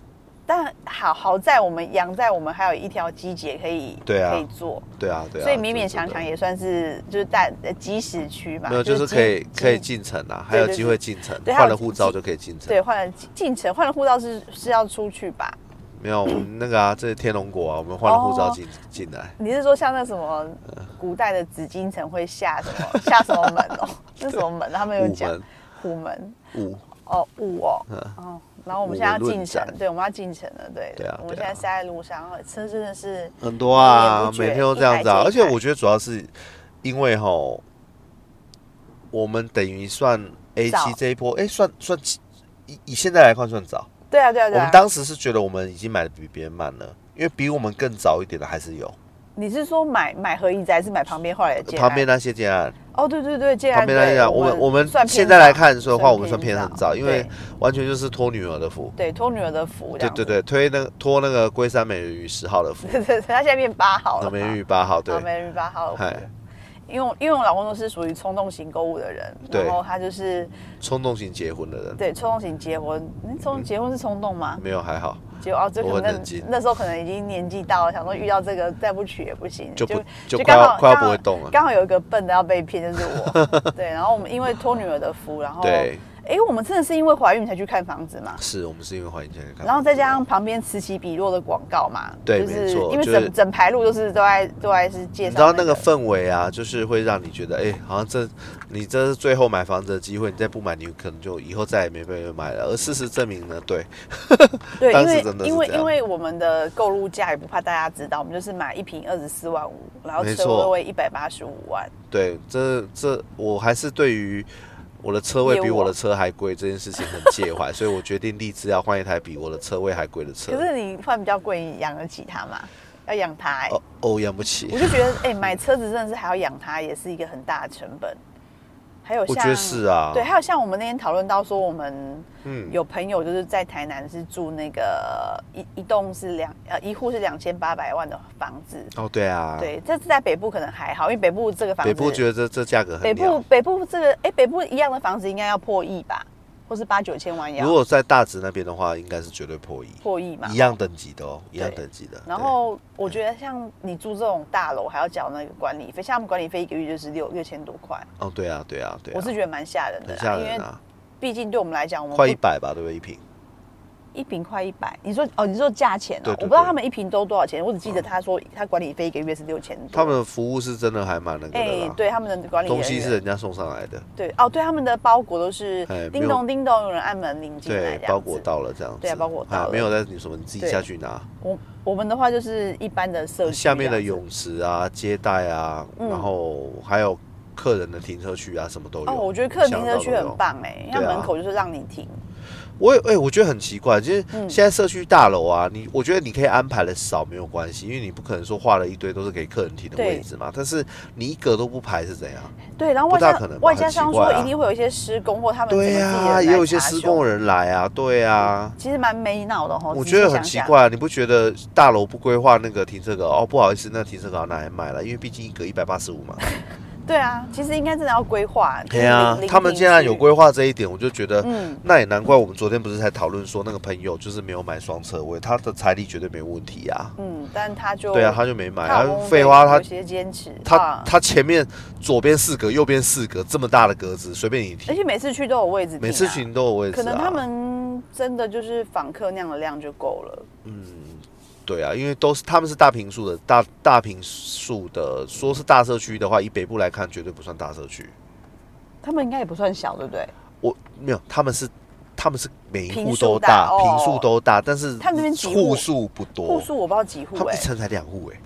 S1: 但好好在我们养在我们还有一条机姐可以
S2: 对啊
S1: 可以做，
S2: 对啊，对啊。
S1: 所以勉勉
S2: 就是
S1: 强
S2: 这
S1: 强
S2: 个
S1: 也算是就是在呃集市区嘛，
S2: 没有，就是可以
S1: 基
S2: 可以。
S1: 基
S2: 进城啊，还有
S1: 对
S2: 机会进城，
S1: 对还有
S2: 换了护照就可以进城。
S1: 对，换了进城，换了护照是是要出去吧？
S2: 没有我们那个啊，这是天龙国啊，我们换了护照
S1: 哦
S2: 进进来，
S1: 你是说像那什么
S2: 嗯
S1: 古代的紫禁城会下什么下什么门哦？ 那什么门？他们有
S2: 五
S1: 讲
S2: 门
S1: 虎门
S2: 五
S1: 哦，雾哦，
S2: 嗯
S1: 哦，然后我们
S2: 五
S1: 现在要
S2: 门论
S1: 进城
S2: 战，
S1: 对，我们要进城了，对的，
S2: 对啊
S1: 我们
S2: 对
S1: 现
S2: 啊
S1: 在塞在路上，哦车真的是
S2: 很多啊
S1: 不，觉
S2: 每天都这样子啊
S1: 一台接一台。
S2: 而且我觉得主要是因为吼，我们等于算 A
S1: 早
S2: 七这一波，哎，算算以以现在来看算早。
S1: 对啊，对啊，
S2: 我
S1: 对
S2: 们
S1: 啊。
S2: 当时是觉得我们已经买的比别人慢了，因为比我们更早一点的还是有，
S1: 你是说买买合一宅，还是买旁边后来的建安？
S2: 旁边那些建案，
S1: 哦，对对对，建安
S2: 旁边那
S1: 对
S2: 些，我们我们
S1: 算啊偏
S2: 现在来
S1: 早
S2: 看说的话，我们算偏很早，因为
S1: 对
S2: 完全就是托女儿的福。
S1: 对托女儿的福这
S2: 对
S1: 样子，
S2: 对对，推那个托那个龟山美人鱼十号的福，
S1: 对对对，他现在变八号
S2: 那
S1: 了嘛，
S2: 美人鱼八号对
S1: 啊，，美人鱼八号的福，
S2: 嗨，
S1: 因为我因为我老公都是属于冲动型购物的人，
S2: 对
S1: 然后他就是
S2: 冲动型结婚的人
S1: 对冲动型结婚，嗯冲动结婚是冲动吗？
S2: 没有还好，
S1: 结果哦，这
S2: 我
S1: 可
S2: 很冷
S1: 能
S2: 静
S1: 那那时候可能已经年纪到了，想说遇到这个再不娶也不行，
S2: 就不就
S1: 刚
S2: 快要
S1: 好
S2: 快要
S1: 刚好
S2: 不会动了
S1: 刚好有一个笨的要被骗，就是我。对，然后我们因为托女儿的福，然后
S2: 对，
S1: 哎、我们真的是因为怀孕才去看房子嘛？
S2: 是我们是因为怀孕前看房子，
S1: 然后再加上旁边此起彼落的广告嘛，
S2: 对
S1: 就是
S2: 没错
S1: 因为
S2: 就
S1: 整、
S2: 是
S1: 整排路都是都在都在是介绍、
S2: 你知道那个氛围啊，就是会让你觉得，哎、好像这你这是最后买房子的机会，你再不买，你可能就以后再也没被买了。而事实证明呢，对，
S1: 对，
S2: 当
S1: 因
S2: 时
S1: 为
S2: 真的是
S1: 因为
S2: 这样
S1: 因为我们的购入价也不怕大家知道，我们就是买一瓶二十四万五，然后
S2: 没
S1: 车
S2: 错
S1: 位一百八十五万，
S2: 对，这这我还是对于我的车位比
S1: 业务啊
S2: 我的车还贵这件事情很介 怀，所以我决定立志要换一台比我的车位还贵的车
S1: 可。是你换比较贵，你养得起它吗？要养它、欸，
S2: 哦哦，养不起
S1: 我，就觉得哎、买车子真的是还要养它，也是一个很大的成本。还有
S2: 我
S1: 像
S2: 觉得是啊，
S1: 对，还有像我们那天讨论到说，我们
S2: 嗯，
S1: 有朋友就是在台南是住那个一一栋是两呃一户是两千八百万的房子，
S2: 哦对啊，
S1: 对，这是在北部可能还好，因为北部这个房子
S2: 北部觉得这这价格
S1: 北
S2: 很
S1: 部
S2: 妙。
S1: 北部这个哎、北部一样的房子应该要破亿吧，或是八九千万要
S2: 如果在大直那边的话，应该是绝对破亿，
S1: 破亿嘛。
S2: 一样等级的哦，一样
S1: 对
S2: 等级的。
S1: 然
S2: 对
S1: 后我觉得像你住这种大楼还要缴那个管理费，像他们管理费一个月就是六六千多块，
S2: 哦对啊对啊对啊，
S1: 我是觉得蛮吓人的
S2: 很
S1: 啦，
S2: 吓
S1: 因
S2: 人
S1: 为
S2: 啊，
S1: 毕竟对我们来讲，我们
S2: 快
S1: 不
S2: 一百吧，对不对？一瓶
S1: 一瓶快一百，你说哦，你说价钱哦，
S2: 对对
S1: 我不知道
S2: 对嗯
S1: 他们一瓶都多少钱，我只记得他说他管理费一个月是六千多。
S2: 他们的服务是真的还蛮那个
S1: 哎、
S2: 的啦。
S1: 对他们的管理人
S2: 东
S1: 员
S2: 西是人家送上来的，
S1: 对哦，对他们的包裹都是
S2: 哎没
S1: 叮
S2: 有
S1: 咚叮咚，有人按门铃进来
S2: 对
S1: 这样，子。
S2: 包裹到了这样子，
S1: 对啊包裹到
S2: 啊
S1: 了
S2: 没有在你什么，你自己
S1: 对
S2: 下去拿。
S1: 我我们的话就是一般的社区
S2: 下面的
S1: 这样子
S2: 泳池啊、接待啊，
S1: 嗯
S2: 然后还有客人的停车区啊，什么都有。
S1: 哦，我觉得客
S2: 想
S1: 停
S2: 得
S1: 车
S2: 到
S1: 区
S2: 都
S1: 很
S2: 有。
S1: 棒哎，因为它
S2: 对啊
S1: 门口就是让你停。
S2: 我也哎、我觉得很奇怪，就是
S1: 嗯
S2: 现在社区大楼啊，你我觉得你可以安排的少没有关系，因为你不可能说画了一堆都是给客人停的
S1: 对
S2: 位置嘛。但是你一个都不排 是怎样？
S1: 对，然后外
S2: 不大
S1: 加
S2: 可能吧
S1: 外加
S2: 很奇
S1: 上
S2: 怪
S1: 说
S2: 啊
S1: 一定会有一些施工或他们
S2: 对
S1: 呀、
S2: 呀、也有一些施工
S1: 人来查修，嗯
S2: 人来啊，对啊。
S1: 其实蛮没脑的哈。
S2: 我
S1: 仔
S2: 觉
S1: 细
S2: 得很
S1: 想
S2: 奇
S1: 想，
S2: 怪、啊，你不觉得大楼不规划那个停车格哦？不好意思，那停车格要拿来卖了，因为毕竟一格一百八十 五嘛。
S1: 对啊，其实应该真的要规划。就是
S2: 对啊
S1: 邻，
S2: 他们既然有，规划这一点，我就觉得
S1: 邻，居嗯，
S2: 那也难怪。我们昨天不是才讨论说，那个朋友就是没有买双车位，他的财力绝对没问题啊。
S1: 嗯，但他就
S2: 对啊，他就没买。
S1: 他
S2: 啊
S1: 老公，
S2: 废
S1: 对
S2: 话，
S1: 有
S2: 他
S1: 些坚持
S2: 他
S1: 啊
S2: 他前面左边四格，右边四格，这么大的格子，随便你
S1: 而
S2: 停，
S1: 且每次去都有位置、啊，
S2: 每次群都有位置啊。
S1: 可能他们真的就是访客那样的量就够了。
S2: 对啊，因为都是他们是大平数的，大大平数的，说是大社区的话，以北部来看，绝对不算大社区。
S1: 他们应该也不算小，对不对？
S2: 我没有，他们是他们是每一户
S1: 平数
S2: 都
S1: 大
S2: 大，平数
S1: 哦
S2: 都大，但是
S1: 他们那边几户
S2: 户数不
S1: 户
S2: 多，
S1: 数我不知道几户
S2: 他们
S1: 哎、
S2: 一层才两户哎，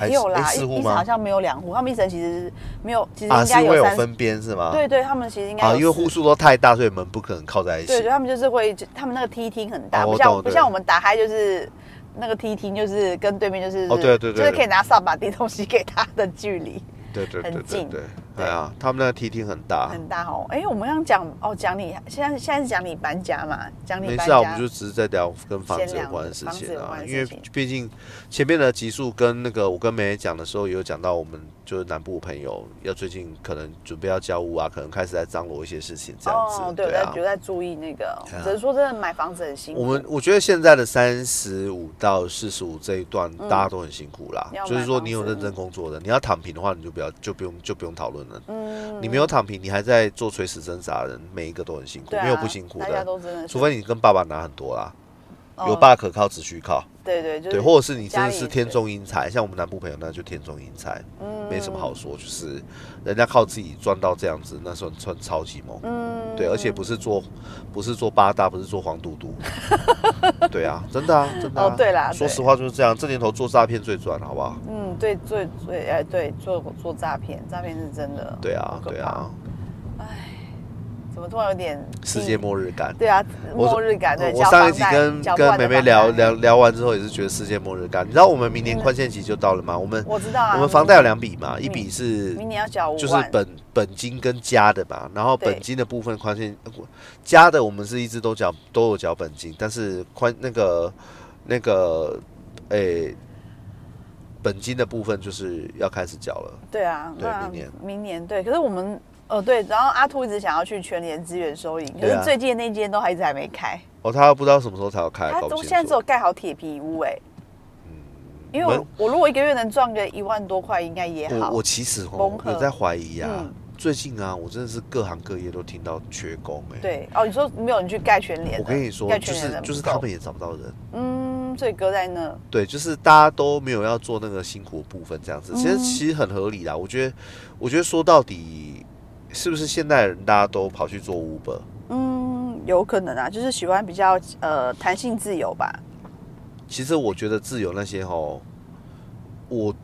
S2: 还
S1: 没有啦，
S2: 哎
S1: 一
S2: 四户
S1: 一
S2: 吗
S1: 层好像没有两户，他们一层其实没有，其实
S2: 啊，
S1: 应
S2: 是
S1: 该
S2: 因为有
S1: 三。
S2: 分边是吗？
S1: 对对，他们其实应该
S2: 啊，
S1: 有
S2: 因为
S1: 四
S2: 户数都太大，所以门不可能靠在一
S1: 对
S2: 起
S1: 对，。他们就是会，他们那个梯厅很大，
S2: 哦
S1: 不
S2: 我
S1: 像
S2: 懂
S1: 不
S2: 对
S1: 像我们打开就是那个梯厅，就是跟对面就是
S2: 哦对对对
S1: 就是可以拿扫把递东西给他的距离
S2: 对对对
S1: 很
S2: 对
S1: 近对
S2: 对，哎呀，他们那个梯厅很大，
S1: 很大哦。哎，我们刚讲哦，讲你现在现在是讲你搬家嘛，讲你
S2: 没
S1: 搬
S2: 事啊，
S1: 家，
S2: 我们就只是在聊跟房
S1: 先
S2: 子有
S1: 聊
S2: 关的事
S1: 房子
S2: 情
S1: 有
S2: 啊
S1: 关，的
S2: 因
S1: 事
S2: 为
S1: 情
S2: 毕竟前面的集数跟那个我跟梅梅讲的时候，也有讲到我们就是南部的朋友要最近可能准备要交屋啊，可能开始在张罗一些事情这样子，
S1: 哦，对，
S2: 对
S1: 我
S2: 啊
S1: 在。有在注意那个
S2: 对啊，
S1: 只是说真的买房子很辛苦。
S2: 我们我觉得现在的三十五到四十五这一段，大家都很辛苦啦。
S1: 嗯要
S2: 就是
S1: 买
S2: 说，
S1: 房
S2: 你有
S1: 子
S2: 认真工作的，你要躺平的话，你就不要就不用就不用讨论了。
S1: 嗯
S2: 你没有躺平，你还在做垂死挣扎的人，每一个都很辛苦，
S1: 对啊
S2: 没有不辛苦
S1: 大家
S2: 的，
S1: 都真的是，
S2: 除非你跟爸爸拿很多啦，
S1: 嗯
S2: 有爸可靠，只需靠。
S1: 对对，就是
S2: 对，或者是你真
S1: 家
S2: 的
S1: 里
S2: 是天纵英才，像我们南部朋友那就天纵英才，
S1: 嗯
S2: 没什么好说，就是人家靠自己赚到这样子，那算算超级猛。
S1: 嗯
S2: 对，而且不是做不是做八大，不是做黄嘟 嘟。对啊，真的啊，真的、啊。
S1: 哦对啦
S2: 说
S1: 对
S2: 实话就是这样，这年头做诈骗最赚，好不好？
S1: 嗯，对，最最哎，对，做做诈骗，诈骗是真的。
S2: 对啊
S1: 好，可
S2: 对
S1: 怕
S2: 啊，，
S1: 怎么突然有点
S2: 世界？末日感。
S1: 对啊，
S2: 我
S1: 末日感。对，
S2: 我
S1: 缴
S2: 上
S1: 房
S2: 一集
S1: 贷
S2: 跟
S1: 缴不
S2: 跟
S1: 完的
S2: 梅梅
S1: 房
S2: 聊
S1: 贷
S2: 聊聊完之后，也是觉得世界末日感。你知道我们
S1: 嗯
S2: 明年宽限期就到了吗？我们
S1: 我知道啊，
S2: 我们房贷有两笔嘛，
S1: 嗯
S2: 一笔是
S1: 明明年要哦缴五万，
S2: 就是本本金跟加的嘛，然后
S1: 对
S2: 本金的部分宽限加的我们是一直都缴都有缴本金，但是宽那个那个诶、本金的部分就是要开始缴了。
S1: 对啊，
S2: 对
S1: 那
S2: 明年
S1: 明年对，可是我们呃对，然后阿兔一直想要去全联资源收银，可
S2: 对
S1: 是
S2: 啊
S1: 最近的那间都还一直还没开，
S2: 哦，他不知道什么时候才要开，
S1: 他
S2: 搞不
S1: 都
S2: 清
S1: 现在只有
S2: 楚。
S1: 盖好铁皮屋哎。因为
S2: 我
S1: 我
S2: 们
S1: 我如果一个月能赚个一万多块，应该也
S2: 我
S1: 好。
S2: 我其实哦
S1: 蒙合
S2: 有在怀疑啊，
S1: 嗯
S2: 最近啊，我真的是各行各业都听到缺工哎、
S1: 对哦，你说没有人去盖全联的，
S2: 我跟你说，
S1: 盖
S2: 就
S1: 全联的
S2: 是就是
S1: 不够
S2: 他们也找不到人，
S1: 嗯，所以搁在那，
S2: 对，就是大家都没有要做那个辛苦的部分，这样子，其实
S1: 嗯
S2: 其实很合理啦。我觉得，我觉得说到底，是不是现代人大家都跑去做 Uber？
S1: 嗯，有可能啊，就是喜欢比较呃弹性自由吧，
S2: 其实我觉得自由那些吼，我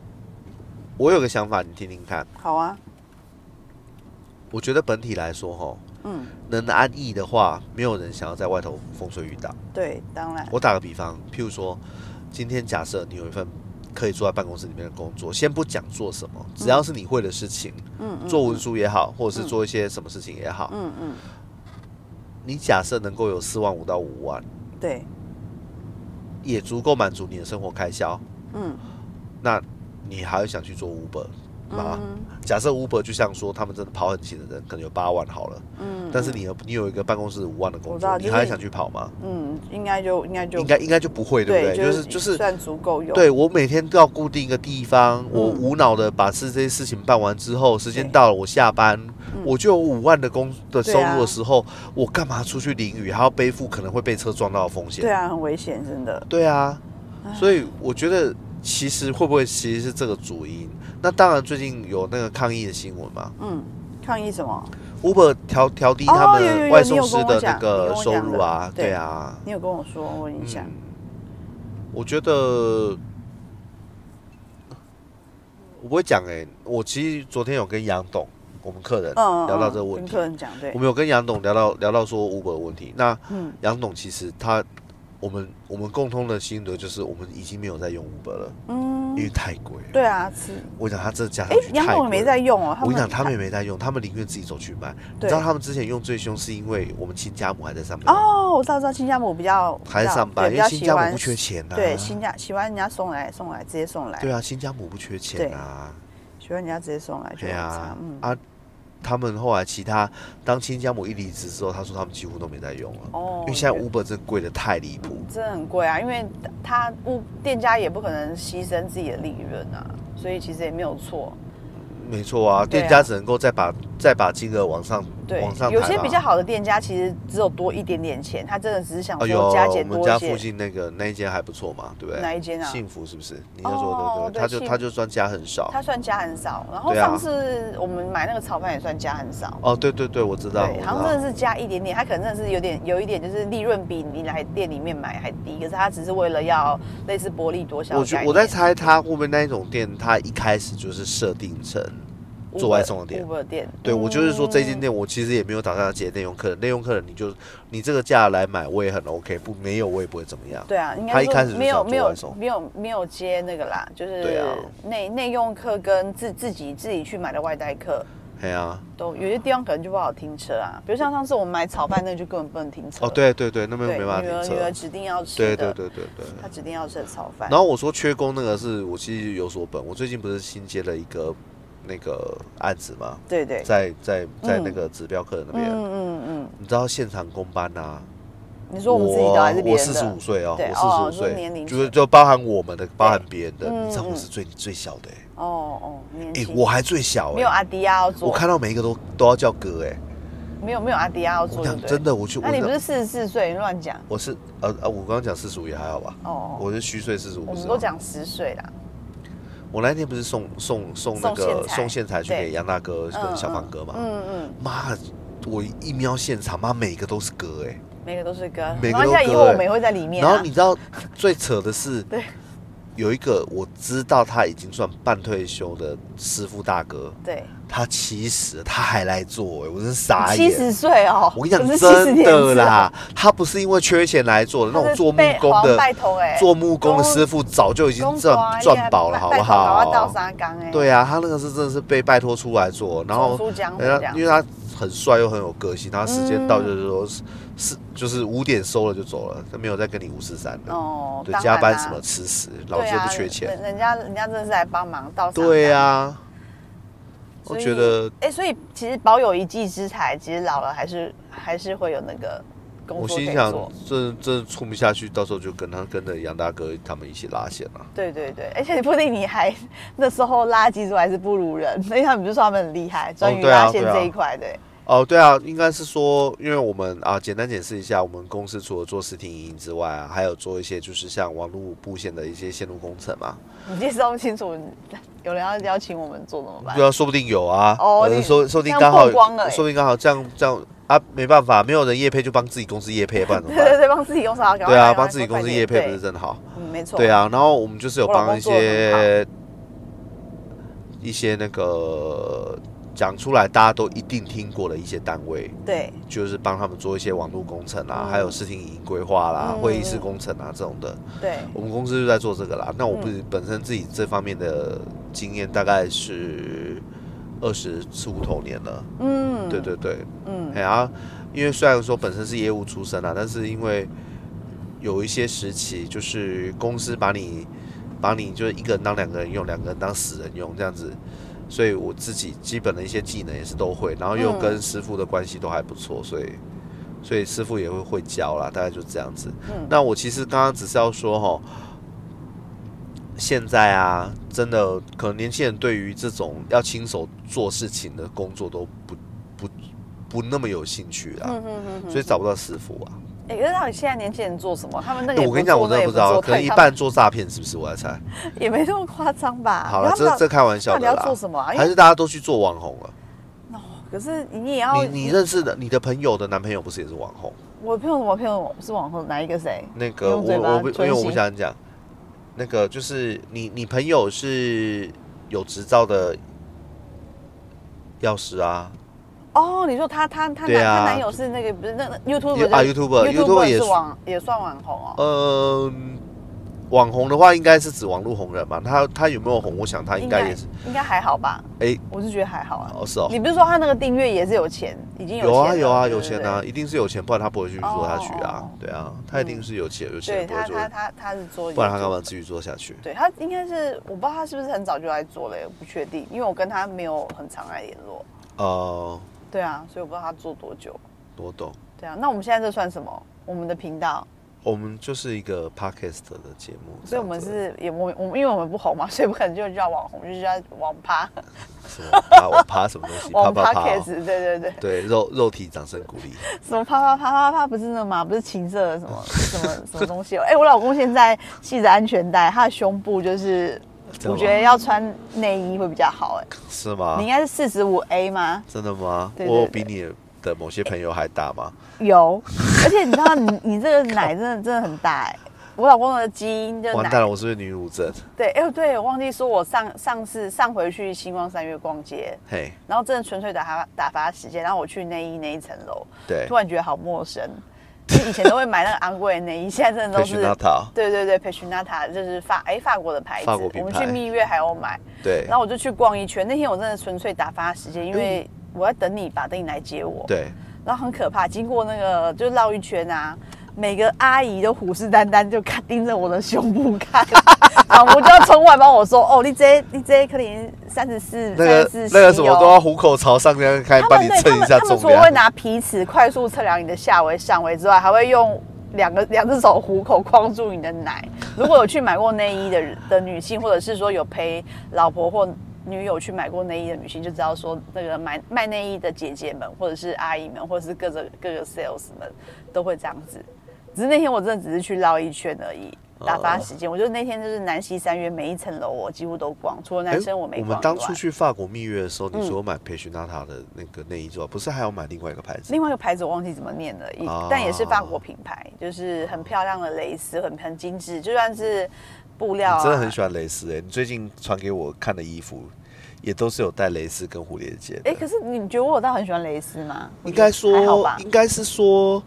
S2: 我有个想法，你听听看。
S1: 好啊，
S2: 我觉得本体来说吼，
S1: 嗯，
S2: 能安逸的话，没有人想要在外头风吹雨打。
S1: 对，当然，
S2: 我打个比方，譬如说，今天假设你有一份可以坐在办公室里面的工作，先不讲做什么，只要是你会的事情，
S1: 嗯嗯，
S2: 做文书啊也好，或者是做一些什么事情也好，
S1: 嗯嗯，
S2: 你假设能够有四万五到五万，
S1: 对，
S2: 也足够满足你的生活开销，
S1: 嗯
S2: 那你还会想去做 Uber 吗？
S1: 嗯
S2: 假设 Uber 就像说他们真的跑很勤的人，可能有八万好了，
S1: 嗯，
S2: 但是你有你有一个办公室五万的工
S1: 我知道
S2: 作，
S1: 就
S2: 你
S1: 是
S2: 还会想去跑吗？
S1: 嗯，应该就应该就
S2: 应该应该就不会，对不对？就是就是
S1: 算足够用，
S2: 对我每天都要固定一个地方，我
S1: 嗯
S2: 无脑的把事这些事情办完之后，时间
S1: 对嗯
S2: 到了，我下班，我就有五万的工的
S1: 对
S2: 收入
S1: 啊
S2: 的时候，我干嘛出去淋雨，还要背负可能会被车撞到的风险？
S1: 对啊，很危险，真的，
S2: 对啊
S1: 唉，
S2: 所以我觉得其实会不会其实是这个主因？那当然，最近有那个抗议的新闻嘛
S1: 嗯，抗议什么？
S2: ，Uber 调调低
S1: 哦
S2: 他
S1: 有有
S2: 们
S1: 有
S2: 外
S1: 你有
S2: 送师
S1: 跟我
S2: 的
S1: 讲
S2: 那个
S1: 你跟我
S2: 收
S1: 讲
S2: 入
S1: 的
S2: 啊，
S1: 对
S2: 对啊，
S1: 你有跟我说，我印象，
S2: 我觉得我不会讲哎、我其实昨天有跟杨董，我们客人
S1: 嗯，
S2: 聊到这个问
S1: 跟
S2: 题，
S1: 客人讲，对
S2: 我，们有跟杨董聊到聊到说 Uber 的问题，那
S1: 嗯，
S2: 杨董其实他。我们我们共通的心得就是，我们已经没有在用 Uber 了，因为
S1: 嗯，
S2: 太贵了。
S1: 对啊，是，
S2: 我跟你讲他这加
S1: 哎
S2: 上去，
S1: 杨
S2: 太
S1: 总也
S2: 贵
S1: 没
S2: 了
S1: 在用哦，
S2: 我跟你讲，他们也没在用，他们宁愿自己走去买。你
S1: 对
S2: 知道他们之前用最凶，是因为我们亲家母还在上班，
S1: 哦，我知道知道，新加坡比较
S2: 还在上班，
S1: 比
S2: 因
S1: 较
S2: 为亲
S1: 喜
S2: 家母
S1: 欢
S2: 不缺钱呐、啊。
S1: 对，新加喜欢人家送来送来，直接送来。
S2: 对啊，新家母不缺钱啊。
S1: 喜欢人家直接送来就
S2: 对
S1: 很
S2: 啊
S1: 差。，嗯。
S2: 啊，他们后来其他当亲家母一离职之后，他说他们几乎都没在用了，
S1: 哦
S2: 因为现在
S1: 对
S2: Uber 真的贵的太离谱。
S1: 真的很贵啊，因为他物店家也不可能牺牲自己的利润啊，所以其实也没有错。
S2: 没错啊，
S1: 对啊
S2: 店家只能够再把再把金额往上
S1: 对
S2: 往上，抬
S1: 有些
S2: 嘛
S1: 比较好的店家其实只有多一点点钱，他真的只是想
S2: 哎
S1: 说
S2: 呦，
S1: 加减
S2: 我们
S1: 多一
S2: 家附
S1: 些。
S2: 近那个那一间还不错嘛，对不对？
S1: 哪一间啊
S2: 幸福是不是？你就说
S1: 哦
S2: 对对，
S1: 对
S2: 他就
S1: 幸
S2: 他就算加很少。
S1: 他算加很少，然后
S2: 对啊
S1: 上次我们买那个炒饭也算加很少。
S2: 哦，对对对，我知道，我
S1: 对，
S2: 知
S1: 好像真
S2: 道。
S1: 的是加一点点，他可能真的是有点有一点，就是利润比你来店里面买还低，可是他只是为了要类似薄利多销
S2: 我
S1: 的概
S2: 觉
S1: 念。
S2: 我在猜他会不会那一种店，他一开始就是设定成做外送的店
S1: Uber 店，
S2: 对，我就是说这间
S1: 嗯
S2: 店，我其实也没有打算要接内容客人，内容客人你就你这个价来买，我也很 OK，不没有我也不会怎么样。
S1: 对啊，应
S2: 他
S1: 该
S2: 一
S1: 说
S2: 开始就
S1: 没有
S2: 想做
S1: 没有
S2: 外送
S1: 没有没有接那个啦，就是
S2: 对啊
S1: 内内用客跟自自己自己去买的外带客，
S2: 哎呀，
S1: 都有些地方可能就不好停车啊，比如像上次我们买炒饭那个就根本不能停车。
S2: 哦，对对对，那边
S1: 对，
S2: 没办
S1: 女
S2: 法
S1: 儿
S2: 停
S1: 女儿
S2: 车。
S1: 指定要吃
S2: 对
S1: 的，
S2: 对对对对。
S1: 她指定要吃的炒饭
S2: 然。后我说缺工那个是我其实有所本，我最近不是新接了一个那个案子吗？
S1: 对对，
S2: 在在在
S1: 嗯
S2: 那个指标客人
S1: 嗯
S2: 那边，
S1: 嗯嗯，
S2: 你知道现场工班呐、啊，
S1: 你说我们自己的还是别
S2: 我
S1: 人
S2: 四
S1: 的？
S2: 十五岁哦，
S1: 对
S2: 我
S1: 哦
S2: 四十五岁，
S1: 说年龄
S2: 就是
S1: 层
S2: 就包含我们的，包含别人的，
S1: 嗯
S2: 你知道我
S1: 嗯
S2: 是最最小的、欸，
S1: 哦哦，年
S2: 哎、
S1: 轻。
S2: 我还最小、欸，
S1: 没有阿迪亚要做，
S2: 我看到每一个都都要叫哥哎、
S1: 没有没有阿迪亚要
S2: 我
S1: 做，对
S2: 讲
S1: 不对？
S2: 真的，我去，我
S1: 那你不
S2: 讲
S1: 是四十四岁？你乱讲
S2: 我是呃呃，我刚刚讲四十五也还好吧，
S1: 哦。
S2: 我是虚岁四十五。
S1: 我
S2: 不
S1: 们
S2: 是
S1: 都
S2: 吗
S1: 讲十岁啦，
S2: 我那一天不是送送送那
S1: 送
S2: 个
S1: 线材
S2: 送线材去给
S1: 对
S2: 杨大哥跟小芳哥嘛？
S1: 嗯嗯，
S2: 妈，我一瞄现场，妈每个都是哥哎、
S1: 每个都是歌，
S2: 每
S1: 没
S2: 个
S1: 关
S2: 都
S1: 系啊，
S2: 歌
S1: 以后我
S2: 欸
S1: 们也会在里面、啊。
S2: 然后你知道最扯的 是，
S1: 对
S2: 有一个我知道他已经算半退休的师傅大哥，
S1: 对
S2: 他七十他还来做哎、我真是傻
S1: 七
S2: 眼。
S1: 十岁哦，
S2: 我跟你
S1: 不
S2: 讲，
S1: 是70
S2: 真
S1: 年
S2: 的
S1: 是吧，
S2: 啦，他不是因为缺钱来做的，那种
S1: 他是
S2: 做木
S1: 被
S2: 工
S1: 皇
S2: 的，
S1: 拜托哎，
S2: 做木工的师傅早就已经
S1: 公瓜
S2: 赚
S1: 耶
S2: 赚饱了，好
S1: 拜
S2: 不
S1: 托搞到
S2: 好？
S1: 沙缸哎，
S2: 对啊，他那个是真的是被拜托出来做，然后
S1: 走出江湖
S2: 人
S1: 这
S2: 家
S1: 样
S2: 因为他很帅又很有个性，他时间到就是说是是就是五点收了就走了，他没有再跟你五四三的，
S1: 哦，
S2: 对，
S1: 当然
S2: 加
S1: 啦
S2: 班什么吃屎，老
S1: 对
S2: 子
S1: 啊
S2: 又不缺钱，
S1: 人人家人家真的是来帮忙倒沙
S2: 对
S1: 缸。
S2: 啊，我
S1: 所以
S2: 觉得
S1: 哎、所以其实保有一技之才，其实老了还是还是会有那个工
S2: 我
S1: 作可
S2: 心
S1: 以
S2: 想
S1: 做。，
S2: 这这处不下去，到时候就跟他跟着杨大哥他们一起拉线了、
S1: 对对对，而且你不定你还那时候拉技术还是不如人， 因为他们不是说他们很厉害，专于
S2: 对啊
S1: 拉线
S2: 对啊
S1: 这一块，对
S2: 哦，对啊，应该是说，因为我们啊，简单解释一下，我们公司除了做实体营运之外啊，还有做一些就是像网络布线的一些线路工程嘛。
S1: 你介绍不清楚， 有人要邀请我们做怎么办
S2: 对？啊，说不定有啊。
S1: 哦
S2: 呃
S1: 你
S2: 说说不定
S1: 这样
S2: 刚好
S1: 曝光了，欸
S2: 说不定刚好这样这样啊，没办法，没有人业配就帮自己公司业配，不然怎么
S1: 对 对
S2: 办？
S1: 对，帮自己公司好，赶快
S2: 对啊，
S1: 赶快
S2: 帮自己
S1: 赶快
S2: 公司
S1: 点
S2: 业配不
S1: 对
S2: 是真的好。
S1: 嗯，没错，
S2: 对，啊，然后我们就是有帮一
S1: 我老公做得
S2: 些一些那个讲出来大家都一定听过的一些单位，
S1: 对，
S2: 就是帮他们做一些网络工程啊，
S1: 嗯
S2: 还有视听影音规划啦、
S1: 嗯
S2: 会议室工程啊这种的。
S1: 对，
S2: 我们公司就在做这个
S1: 嗯
S2: 啦。那我不是本身自己这方面的经验大概是二十出头年了，
S1: 嗯，
S2: 对，对对，
S1: 嗯，
S2: 哎啊，因为虽然说本身是业务出身啊，但是因为有一些时期，就是公司把你把你就是一个人当两个人用，两个人当死人用这样子，所以我自己基本的一些技能也是都会，然后又
S1: 嗯
S2: 跟师傅的关系都还不错，所以所以师傅也会会教啦，大概就这样子。
S1: 嗯
S2: 那我其实刚刚只是要说哈。现在啊，真的可能年轻人对于这种要亲手做事情的工作都不不不那么有兴趣啦，
S1: 嗯嗯嗯嗯，
S2: 所以找不到师傅啊。
S1: 哎，可是到底现在年轻人做什么？他们那个
S2: 对
S1: 也
S2: 哎我跟你
S1: 做
S2: 讲，我真的
S1: 那
S2: 不
S1: 也
S2: 知道，
S1: 做
S2: 可能
S1: 对
S2: 一
S1: 他
S2: 半做诈骗是不是？我在猜。
S1: 们也没那么夸张吧？因
S2: 好
S1: 为
S2: 了，
S1: 他
S2: 这
S1: 们
S2: 这开玩笑
S1: 到底
S2: 的
S1: 要
S2: 啦。
S1: 做什么啊因为
S2: 还是大家都去做网红了？
S1: 哦可是你也要
S2: 你你认识的你的朋友的男朋友不是也是网红？
S1: 我朋友什么朋友是网红哪一个谁？
S2: 那
S1: 你
S2: 个
S1: 用嘴
S2: 我
S1: 巴
S2: 我不因
S1: 专
S2: 为我不
S1: 心
S2: 想讲，那个就是你你朋友是有执照的药师啊，
S1: 哦，你说她她她
S2: 对
S1: 男
S2: 啊
S1: 她男友是那个不是那那 YouTube
S2: 啊 YouTuber YouTuber 也
S1: 是
S2: 是
S1: 网也算网红哦，
S2: 嗯。网红的话，应该是指网络红人嘛？他他有没有红？我想哦他应该也是。
S1: 应该还好吧？
S2: 哎
S1: 我是觉得还好啊。
S2: 哦，是哦。
S1: 你不是说他那个订阅也是有钱，已经
S2: 有
S1: 钱
S2: 啊
S1: 了
S2: 有啊
S1: 对
S2: 有
S1: 不
S2: 钱
S1: 对
S2: 啊，一定是有钱，不然他不会继续做下去
S1: 哦
S2: 啊
S1: 哦哦。
S2: 对啊，他一定是有钱，
S1: 对
S2: 有钱不
S1: 他
S2: 会做
S1: 他，他他是做，
S2: 不然他干嘛？继续做下去？
S1: 对他应该是我不知道他是不是很早就来做了，我不确定，因为我跟他没有很常来联络。
S2: 呃，
S1: 对啊，所以我不知道他做多久。
S2: 我懂，
S1: 对啊，那我们现在这算什么？我们的频道，
S2: 我们就是一个 podcast 的节目，
S1: 所以我们
S2: 这样子
S1: 是也我们我们因为我们不红嘛，所以不可能就叫网红，就叫网趴
S2: 什么爬我爬什么 东西，啪
S1: 网趴
S2: 啪啪哦，
S1: case，对对对，
S2: 对肉肉体掌声鼓励。
S1: 什么啪啪啪啪啪不是那吗？不是情色的什么 什么什么东西哦？哎，我老公现在系着安全带，他的胸部就是
S2: 真的吗啊
S1: 我觉得要穿内衣会比较好哎。
S2: 是吗
S1: 你应？该是四十五 A 吗？
S2: 真的吗？
S1: 对对
S2: 我
S1: 对
S2: 比你的某些朋友还大吗？
S1: 有，而且你知道你你 这个奶真的真的很大哎、我老公的基因就
S2: 完
S1: 奶
S2: 蛋了，我是不是女乳症？
S1: 对，哎、对，我忘记说，我上上次上回去星光三月逛街，
S2: 嘿，
S1: 然后真的纯粹打发打发时间，然后我去内衣那一层楼，
S2: 对
S1: 突，然觉得好陌生，就是以前都会买那个昂贵的内衣， 现在真的
S2: 培
S1: 都
S2: 训
S1: 是
S2: 那套，
S1: 对对对 p e s h i n a t a 就是法哎、法国的牌子，
S2: 法国品
S1: 我们
S2: 牌
S1: 去蜜月还有买，
S2: 对嗯
S1: 然后我就去逛一圈，那天我真的纯粹打发时间，因为我要等你吧，等你来接我，
S2: 对，
S1: 然后很可怕，经过那个就绕一圈啊，每个阿姨都虎视眈眈，就看盯着我的胸部 看，仿佛就要冲过来帮我说：“哦，你这你这可能三十四、
S2: 那
S1: 三十
S2: 个
S1: 四
S2: 那个什么都要虎口朝上这样看，
S1: 他
S2: 帮
S1: 们对
S2: 你称
S1: 他
S2: 一
S1: 们
S2: 下
S1: 他们
S2: 重
S1: 除了会
S2: 量。啊
S1: 拿皮尺快速测量你的下围、上围之外，还会用两个两只手虎口框住你的奶。如果有去买过内衣的人的女性，或者是说有陪老婆或女友去买过内衣的女性，就知道说那个买卖内衣的姐姐们，或者是阿姨们，或者是各个各个 sales 们都会这样子。只是那天我真的只是去绕一圈而已。打发
S2: 哦
S1: 时间，我觉得那天就是南西三月每一层楼我几乎都逛，除了
S2: 哎
S1: 男生我没嗯
S2: 我
S1: 逛以外。
S2: 们当初去法国蜜月的时候，你除了买培训娜塔的那个内衣之外，不是还要买另外一个牌子？
S1: 另外一个牌子我忘记怎么念了，一
S2: 哦
S1: 但也是法国品牌，就是很漂亮的蕾丝，很很精致，就算是布料、啊，
S2: 你真的很喜欢蕾丝哎、你最近传给我看的衣服，也都是有带蕾丝跟蝴蝶结的。
S1: 哎、可是你觉得我有到很喜欢蕾丝吗？我
S2: 应
S1: 觉得
S2: 该
S1: 还好
S2: 说
S1: 吧，。
S2: 应该是说，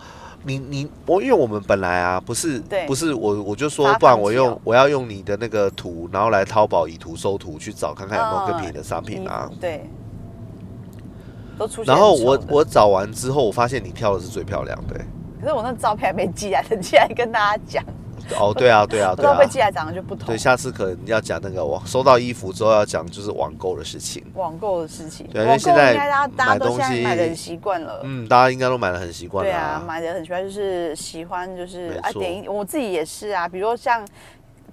S2: 你你我，因为我们本来啊，不是
S1: 对
S2: 不是我，我就
S1: 发
S2: 说，
S1: 放啊
S2: 不然我
S1: 自
S2: 用
S1: 由
S2: 我要用你的那个图，然后来淘宝以图搜图去找看看有没有更
S1: 嗯
S2: 便宜的商品啊。
S1: 衣服对，都出现
S2: 然后
S1: 很丑
S2: 我
S1: 的
S2: 我找完之后，我发现你挑的是最漂亮的欸、
S1: 可是我那照片还没寄来，等寄来跟大家讲。
S2: 哦，对啊， 对啊，
S1: 不
S2: 对
S1: 知道
S2: 啊
S1: 被。寄来长得就不同
S2: 对，。下次可能要讲那个网收到衣服之后要讲就是网购的事情。
S1: 网购的事情，
S2: 对因为
S1: 网购
S2: 现
S1: 应
S2: 在
S1: 该大家大家
S2: 买
S1: 都现
S2: 东
S1: 在
S2: 西
S1: 买的很习惯了。
S2: 嗯，大家应该都买的很习惯
S1: 对
S2: 了、
S1: 啊，买的很喜欢，就是喜欢就是
S2: 没
S1: 啊
S2: 错
S1: 点一，我自己也是啊，比如说像。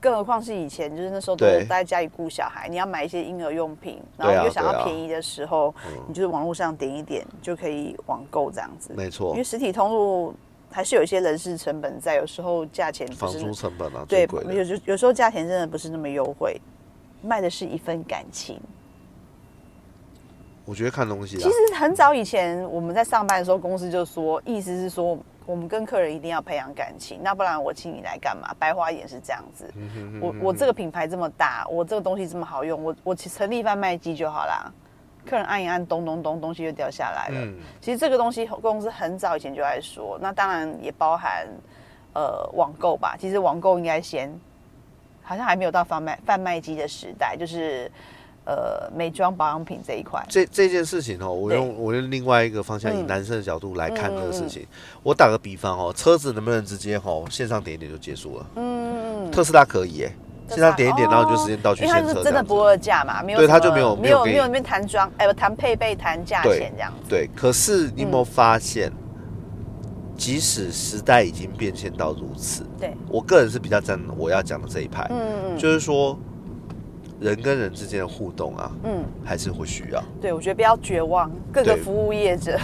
S1: 更何况是以前，就是那时候都
S2: 对
S1: 在家里顾小孩，你要买一些婴儿用品，然
S2: 对啊
S1: 后又想
S2: 对
S1: 要
S2: 啊嗯
S1: 便宜的时候，你就是网络上点一点就可以网购这样子。
S2: 没错
S1: 因为，实体通路还是有一些人事成本在，有时候价钱不
S2: 房
S1: 是
S2: 租成本啊，
S1: 对
S2: 最贵，的
S1: 有。时有时候价钱真的不是那么优惠，卖的是一份感情。
S2: 我觉得看东西啊
S1: 其，实很早以前我们在上班的时候，公司就说，意思是说我们跟客人一定要培养感情，那不然我请你来干嘛？白花一点是这样子。
S2: 嗯
S1: 我我这个品牌这么大，我这个东西这么好用，我我成立贩卖机就好啦。客人按一按，咚咚咚，东西就掉下来了。
S2: 嗯
S1: 其实这个东西公司很早以前就在说，那当然也包含呃网购吧。其实网购应该先，好像还没有到贩卖贩卖机的时代，就是呃美妆保养品这一块。
S2: 这这件事情哦，我
S1: 对
S2: 用我用另外一个方向，以
S1: 嗯
S2: 男生的角度来看
S1: 嗯嗯
S2: 这个事
S1: 嗯
S2: 情。我打个比方哦，车子能不能直接哦线上点一点就结束了？
S1: 嗯，
S2: 特斯拉可以耶，线上点一点，
S1: 哦
S2: 然后你就时间到去
S1: 因为它
S2: 现
S1: 就
S2: 车
S1: 是
S2: 这
S1: 真的
S2: 样
S1: 不
S2: 子。
S1: 二价嘛，没有
S2: 对
S1: 什
S2: 它就
S1: 么
S2: 没有
S1: 没
S2: 没
S1: 有
S2: 有
S1: 没
S2: 给
S1: 有那边谈装，哎、不谈配备谈价
S2: 对
S1: 钱这样。
S2: 对，可是你有
S1: 嗯
S2: 没有发现，即使时代已经变迁到如此，
S1: 对，
S2: 我个人是比较站我要讲的这一派，
S1: 嗯嗯
S2: 就是说人跟人之间的互动啊，
S1: 嗯，
S2: 还是会需要。
S1: 对，我觉得不要绝望，各个
S2: 对
S1: 服务业者，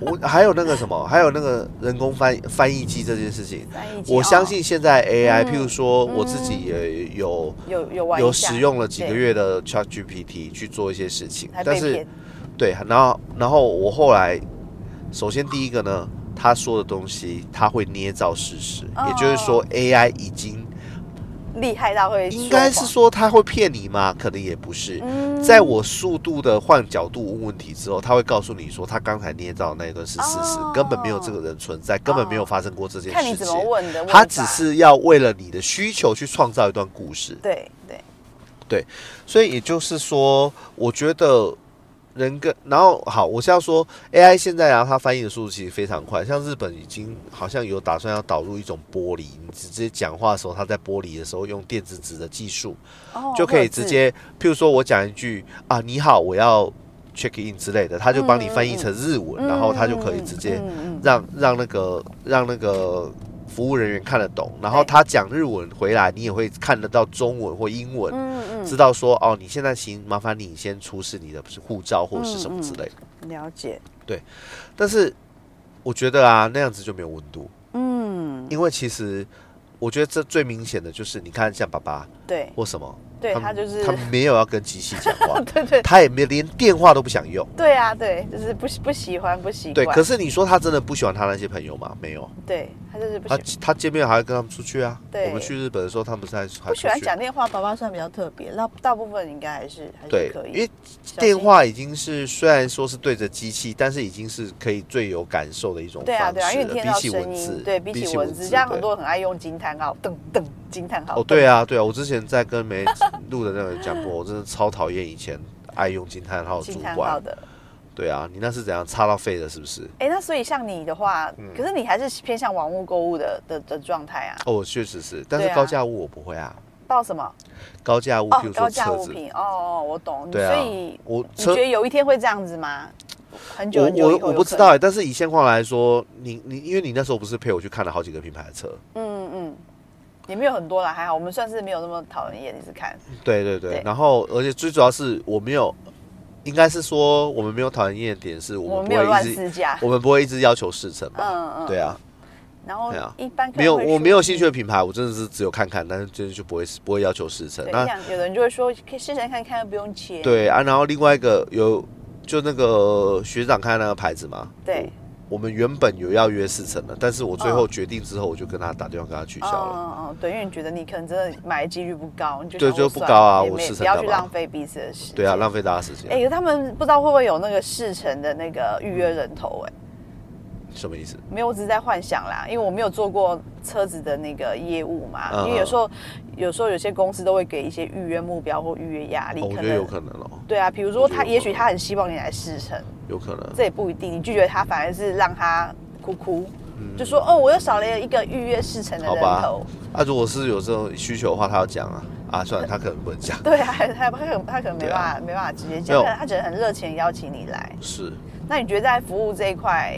S2: 我还有那个什么，还有那个人工翻翻译机这件事情，
S1: 翻译机
S2: 我相
S1: 哦
S2: 信现在 AI，、
S1: 嗯
S2: 譬如说我自己也有、
S1: 有有玩一
S2: 有
S1: 下
S2: 使用了几个
S1: 对
S2: 月的 ChatGPT 去做一些事情
S1: 还，
S2: 但
S1: 被
S2: 是
S1: 骗，
S2: 对，然后然后我后来，首先第一个呢，他说的东西他会捏造事实，
S1: 哦
S2: 也就是说 AI 已经
S1: 厉害到会
S2: 应
S1: 说
S2: 该是
S1: 谎
S2: 说他会骗你吗？可能也不是。
S1: 嗯
S2: 在我速度的换角度问问题之后，他会告诉你说，他刚才捏造的那一段是事实，
S1: 哦
S2: 根本没有这个人存在，根本没有发生过这件
S1: 看你
S2: 事
S1: 怎
S2: 情。
S1: 么问的问法，
S2: 他只是要为了你的需求去创造一段故事，
S1: 对对，
S2: 所以也就是说，我觉得人跟然后好，我是要说 AI 现在啊，它翻译的速度其实非常快，像日本已经好像有打算要导入一种玻璃，你直接讲话的时候，它在玻璃的时候用电子纸的技术，
S1: 哦
S2: 就可以
S1: 弱
S2: 直
S1: 智
S2: 接，譬如说我讲一句啊，你好，我要 check in 之类的，他就帮你翻译成日文，然后他就可以直接
S1: 嗯嗯嗯嗯嗯
S2: 让让那个让那个服务人员看得懂，然后他讲日文回来，你也会看得到中文或英文，
S1: 嗯
S2: 知道说哦，你现在行，麻烦你先出示你的护照或是什么之类的。
S1: 嗯，了解，
S2: 但是我觉得啊，那样子就没有温度，
S1: 嗯，
S2: 因为其实我觉得这最明显的就是，你看像爸爸
S1: 对
S2: 或什么，
S1: 对，
S2: 们
S1: 他就是，
S2: 他没有要跟机器讲话
S1: 对对
S2: 他也没有连电话都不想用。
S1: 对啊，对，就是不喜不喜欢不习
S2: 对，
S1: 惯，
S2: 可是你说他真的不喜欢他那些朋友吗？没有，
S1: 对他就是不
S2: 他
S1: 喜
S2: 他见面还会跟他们出去啊。
S1: 对
S2: 我们去日本的时候，他们不是还还
S1: 不喜欢
S2: 出去
S1: 讲电话，爸爸算比较特别，那大部分应该还是还是
S2: 对
S1: 可，以，
S2: 因为
S1: 小心
S2: 电话已经是虽然说是对着机器，但是已经是可以最有感受的一种
S1: 对
S2: 方
S1: 啊
S2: 式
S1: 对啊，因为你
S2: 了
S1: 听
S2: 比
S1: 得到
S2: 起
S1: 声
S2: 文字
S1: 音，，对比起文字，像很
S2: 对
S1: 多人很爱用惊叹号，噔噔惊叹号，
S2: 哦，对啊，对啊，我之前在跟梅录的那个人讲过，我真的超讨厌以前爱用惊叹号
S1: 噔，
S2: 的主
S1: 惊叹号
S2: 管。
S1: 的。
S2: 对啊，你那是怎样插到肺了是不是？
S1: 哎，那所以像你的话，
S2: 嗯
S1: 可是你还是偏向网络购物的的的状态啊？
S2: 哦，我确实是，但是
S1: 对啊
S2: 高价物我不会啊，
S1: 报什么？
S2: 高价物，
S1: 哦
S2: 譬如，说
S1: 高价
S2: 车
S1: 物
S2: 子，
S1: 品。哦哦，我懂。
S2: 对啊
S1: 所以
S2: 我
S1: 你
S2: 车
S1: 觉得有一天会这样子吗？很久
S2: 我
S1: 很久
S2: 我
S1: 以后
S2: 我
S1: 有
S2: 不
S1: 可
S2: 知
S1: 能
S2: 道哎、但是以现况来说，你你因为你那时候不是陪我去看了好几个品牌的车，
S1: 嗯嗯，也没有很多啦，还好，我们算是没有那么讨人厌，一直看。
S2: 对对对，
S1: 嗯对
S2: 然后而且最主要是我没有，应该是说我们没有讨人厌的点是
S1: 我
S2: 我
S1: 们
S2: 们
S1: 没
S2: 不
S1: 有乱
S2: 会一直
S1: 试驾。
S2: 我们不会一直要求试乘嘛，
S1: 嗯嗯。
S2: 对啊，
S1: 然后
S2: 对啊
S1: 一般可能
S2: 没有
S1: 会说嗯
S2: 我没有兴趣的品牌，我真的是只有看看，但是就是就不会不会要求试乘
S1: 对，。
S2: 那
S1: 像有的人就会说可以试着看看，又不用钱。
S2: 对啊，然后另外一个有就那个学长看那个牌子嘛，
S1: 对，
S2: 我们原本有要约试乘的，但是我最后决定之后，我就跟他打电话跟他取消了。
S1: 嗯嗯，对，因为你觉得你可能真的买的几率不高，你就
S2: 对
S1: 想说
S2: 就不
S1: 算了
S2: 高啊
S1: 也
S2: 我
S1: 没
S2: 试乘
S1: 不要
S2: 干
S1: 去
S2: 嘛
S1: 浪费彼此的时间。
S2: 对啊，浪费大家时间。
S1: 哎、他们不知道会不会有那个试乘的那个预约人头、哎，
S2: 什么意思？
S1: 没有，我只是在幻想啦，因为我没有做过车子的那个业务嘛。
S2: 嗯
S1: 因为有时候，有时候有些公司都会给一些预约目标或预约压力，
S2: 哦，我觉得有可能哦，
S1: 对啊，比如说
S2: 我觉
S1: 他，
S2: 得有
S1: 也
S2: 可
S1: 许
S2: 能
S1: 他很希望你来试乘，
S2: 有可能。
S1: 这也不一定。你拒绝他，反而是让他哭哭，就说哦，我又少了一个预约事成的
S2: 嗯好
S1: 人
S2: 吧
S1: 头。
S2: 啊，如果是有这种需求的话，他要讲啊啊，算了，他可能不能 讲，
S1: 对啊，他他可能他可能没
S2: 对
S1: 办
S2: 啊
S1: 法、没办法直接
S2: 没有
S1: 讲，他只能很热情地邀请你来。
S2: 是
S1: 那你觉得在服务这一块，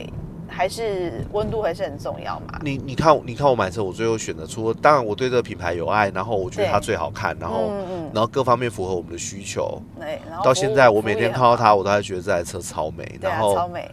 S1: 还是温度还是很重要嘛？
S2: 你你看我你看我买车，我最后选择除了当然我对这个品牌有爱，然后我觉得
S1: 对
S2: 它最好看，然后
S1: 嗯嗯
S2: 然后各方面符合我们的需求。
S1: 对，然后
S2: 到
S1: 服
S2: 现
S1: 务
S2: 在
S1: 服
S2: 我
S1: 务
S2: 每
S1: 也
S2: 天
S1: 很
S2: 看到
S1: 好
S2: 它，我都还觉得这台车超美。
S1: 对
S2: 然
S1: 啊，
S2: 后、
S1: 超美，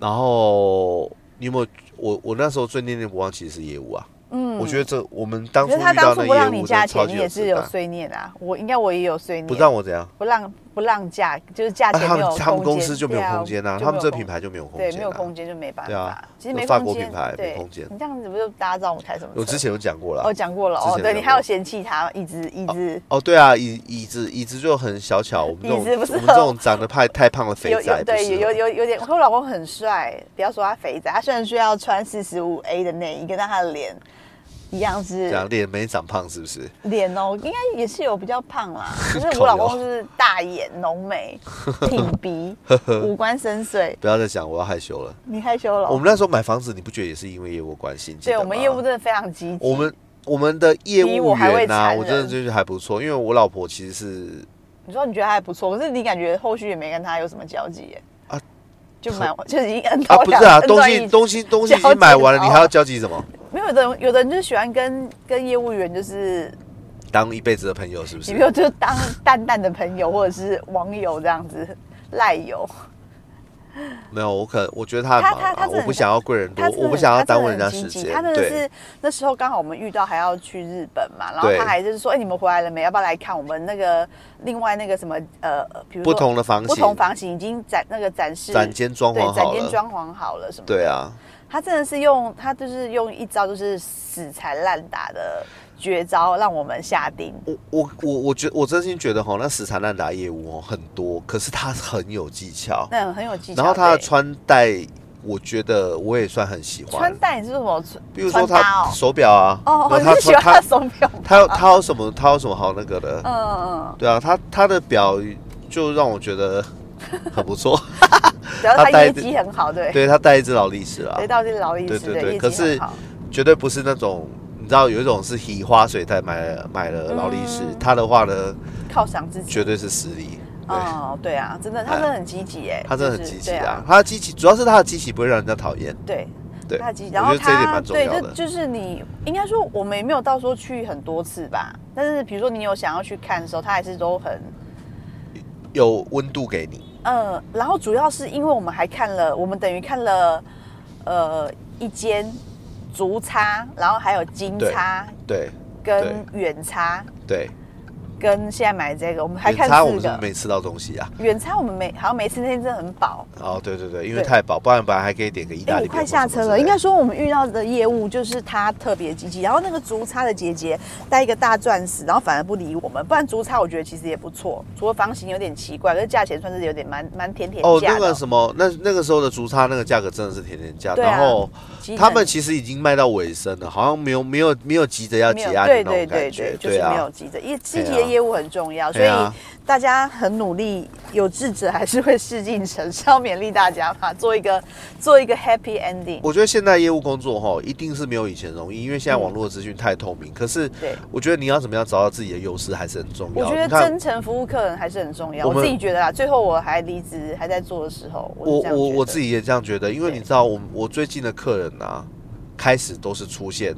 S2: 然后你有没有？我我那时候最念念不忘其实是业务啊。
S1: 嗯
S2: 我觉得这我们当
S1: 可
S2: 初
S1: 是
S2: 遇
S1: 他当
S2: 到那
S1: 初
S2: 业
S1: 不让你
S2: 务真
S1: 嫁
S2: 的超
S1: 钱，
S2: 级
S1: 你也是有
S2: 智
S1: 碎念啊。我应该我也有碎念，
S2: 不让我怎样？
S1: 不让不让嫁，就是价
S2: 啊，
S1: 钱
S2: 他
S1: 没有
S2: 们
S1: 空间、
S2: 他们公司就没有
S1: 对啊
S2: 空间啊，
S1: 就
S2: 他们
S1: 没有
S2: 这
S1: 空
S2: 品牌就没有空间、
S1: 对
S2: 啊，
S1: 没有空间就没办法。
S2: 对啊
S1: 其实没
S2: 有
S1: 空间。
S2: 法国品牌没
S1: 对
S2: 空间
S1: 你这样子不就大家知道我们开什么车？
S2: 我之前有讲过了。
S1: 哦讲过了
S2: 之前
S1: 哦，对
S2: 讲
S1: 你还有
S2: 过
S1: 嫌弃他椅子椅子。
S2: 哦，对啊，椅椅子椅子就很小巧，我们这种
S1: 椅子不是
S2: 我们这种长得太太胖的肥
S1: 有
S2: 仔
S1: 有
S2: 不
S1: 对
S2: 适
S1: 有
S2: 合
S1: 有有有点，我老公很帅，不要说他肥仔，他虽然需要穿四十五 A 的内衣，跟他的脸一样是
S2: 这样脸没长胖是不是？
S1: 脸哦，应该也是有比较胖 啦。可是
S2: 靠
S1: 我老
S2: 腰
S1: 公就是大眼浓 眉、挺鼻，五官深邃。
S2: 不要再讲，我要害羞了。
S1: 你害羞了哦？
S2: 我们那时候买房子，你不觉得也是因为业务关系？你记
S1: 对
S2: 得
S1: 我们
S2: 吗
S1: 业务真的非常积极。
S2: 我们我们的业
S1: 比
S2: 务
S1: 我还会
S2: 员啊，
S1: 残
S2: 我真的
S1: 忍
S2: 觉得还不错，因为我老婆其实 是
S1: 你说你觉得他还不错，可是你感觉后续也没跟他有什么交集耶？
S2: 啊
S1: 啊， 就蛮就是已经摁
S2: 啊
S1: 到，
S2: 不
S1: 两
S2: 是啊，
S1: 摁到
S2: 东
S1: 一
S2: 西
S1: 起
S2: 东西东西已
S1: 交哦
S2: 经买
S1: 集
S2: 完了，
S1: 到
S2: 你还要交集什么？
S1: 没有有的人有的人就是喜欢跟跟业务员就是
S2: 当一辈子的朋友是不是
S1: 你？没有就是当淡淡的朋友或者是网友这样子赖友，
S2: 没有，我可我觉得他
S1: 他
S2: 很忙
S1: 他他真
S2: 啊，
S1: 的
S2: 我
S1: 很
S2: 不想要贵人多
S1: 他，真的
S2: 我不
S1: 很
S2: 想要
S1: 他真
S2: 耽
S1: 的
S2: 误
S1: 很
S2: 人家
S1: 积
S2: 时
S1: 极
S2: 间
S1: 他真，的
S2: 对
S1: 是那时候刚好我们遇到还要去日本嘛，然后
S2: 对
S1: 他还就是说，哎、你们回来了没？要不要来看我们那个另外那个什么呃，比如
S2: 不
S1: 说
S2: 同的房
S1: 不
S2: 型
S1: 同，房型已经展那个展示
S2: 展间装潢
S1: 对展
S2: 好
S1: 间
S2: 了，
S1: 装潢好了什么的？
S2: 对啊，
S1: 他真的是用他就是用一招就是死缠烂打的绝招，让我们下定。
S2: 我我我我觉我真心觉得哈，那死缠烂打业务哦很多，可是他很有技巧，
S1: 那很有技巧。
S2: 然后他的
S1: 对
S2: 穿戴，我觉得我也算很喜欢
S1: 穿。戴你是什么？
S2: 比如说
S1: 穿搭
S2: 他手表啊，
S1: 哦，哦，
S2: 然
S1: 你
S2: 后
S1: 是喜欢
S2: 穿
S1: 他哦手表？
S2: 他有他有什么他有什么好那个 的？
S1: 嗯嗯
S2: 对啊，他他的表就让我 觉得很不错，
S1: 嗯，只要
S2: 他
S1: 他
S2: 戴
S1: 业
S2: 着
S1: 绩很好，对，
S2: 对他带一只劳力士啦
S1: 对，，到底是劳力
S2: 对
S1: 士
S2: 对
S1: 的
S2: 对
S1: 业
S2: 可
S1: 绩
S2: 是
S1: 很好。
S2: 绝对不是那种你知道有一种是以花水才买了买了劳力士，
S1: 嗯
S2: 他的话呢
S1: 犒赏自己。
S2: 绝对是实力，对，
S1: 哦，对啊，真的，他真的很积极哎，
S2: 他真的很
S1: 就是
S2: 积极
S1: 对
S2: 啊，他的积极主要是他的积极不会让人家讨厌，
S1: 对。
S2: 对，
S1: 他积极，然
S2: 我觉
S1: 后
S2: 得这一点
S1: 他
S2: 蛮重要
S1: 对，
S2: 的
S1: 就。就是你应该说，我们也没有到说去很多次吧。但是比如说你有想要去看的时候，他还是都很
S2: 有温度给你，
S1: 嗯，然后主要是因为我们还看了，我们等于看了呃一间足叉，然后还有金叉
S2: 对
S1: 跟远叉，
S2: 对，
S1: 跟现在买的这个，我们还
S2: 远
S1: 看
S2: 差我
S1: 四
S2: 们是
S1: 个。
S2: 没吃到东西啊。
S1: 远差我们没好像没吃，那天真的很饱。
S2: 哦，对对对，因为
S1: 对
S2: 太饱，不然本来还可以点个意
S1: 哎、
S2: 大利
S1: 我
S2: 面或
S1: 快
S2: 什么之类
S1: 下
S2: 的。
S1: 车了。应该说我们遇到的业务就是他特别积极，然后那个竹叉的姐姐带一个大钻石，然后反而不理我们。不然竹叉我觉得其实也不错，除了房型有点奇怪，可是价钱算是有点蛮蛮甜甜
S2: 哦，
S1: 价
S2: 那
S1: 的。
S2: 个什么，那那个时候的竹叉那个价格真的是甜甜价，
S1: 对啊
S2: 然后
S1: 其实
S2: 他们
S1: 很
S2: 其实已经卖到尾声了，好像没有没有没有急着要
S1: 没
S2: 挤
S1: 有
S2: 压你那
S1: 对
S2: 种
S1: 对
S2: 感
S1: 对
S2: 觉，
S1: 对，就
S2: 对
S1: 是没
S2: 啊
S1: 有，急着，业积极
S2: 对
S1: 的
S2: 啊
S1: 业务很重要，所
S2: 对
S1: 以
S2: 啊
S1: 大家很努力，有志者还是会事竟成是要勉励大家嘛，做一个做一个 happy ending。
S2: 我觉得现在业务工作哈，一定是没有以前容易，因为现在网络资讯太透明。可是
S1: 对，
S2: 我觉得你要怎么样找到自己的优势还是很重
S1: 我
S2: 要。
S1: 觉得
S2: 你看
S1: 真诚服务客人还是很重要，
S2: 我
S1: 我
S2: 们
S1: 自己觉得啦。最后我还离职还在做的时候，我
S2: 我
S1: 是这样
S2: 我
S1: 觉
S2: 我
S1: 得
S2: 自己也这样觉得，因为
S1: 对
S2: 你知道我，我最近的客人啊，开始都是出现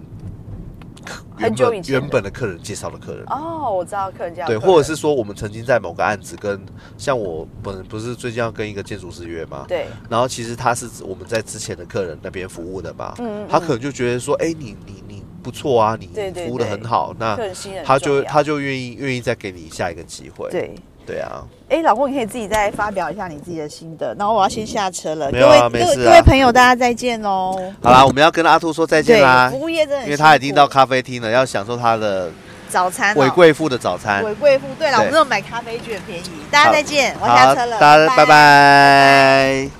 S2: 原
S1: 很久
S2: 本
S1: 以前的
S2: 原本的客人介绍的客人，
S1: 哦，我知道客人家有
S2: 对，
S1: 客
S2: 或者
S1: 人
S2: 是说我们曾经在某个案子跟像我本不是最近要跟一个建筑师约吗？
S1: 对
S2: 然后其实他是我们在之前的客人那边服务的嘛，他可能就觉得说，哎、你你你不错啊，你
S1: 嗯对对
S2: 服务的
S1: 对
S2: 很好，
S1: 客人信
S2: 那
S1: 任
S2: 他
S1: 很重
S2: 就
S1: 要
S2: 他就愿意愿意再给你下一个机会。
S1: 对。
S2: 对啊，
S1: 哎，老公，你可以自己再发表一下你自己的心得。然后我要先下车了，
S2: 没
S1: 各
S2: 有
S1: 位
S2: 啊没
S1: 各位
S2: 事
S1: 各
S2: 啊
S1: 位朋友，大家再见喽。
S2: 好啦，我们要跟阿兔说再见
S1: 对
S2: 啦，
S1: 服务业真的很
S2: 因为他已
S1: 辛
S2: 经
S1: 苦
S2: 到咖啡厅了，要享受他的
S1: 早餐哦
S2: 韦贵妇的早餐。
S1: 尾贵妇，对了，
S2: 对
S1: 我们这种买咖啡券便宜。大家
S2: 好
S1: 再见，我
S2: 好
S1: 下车了，
S2: 大家拜拜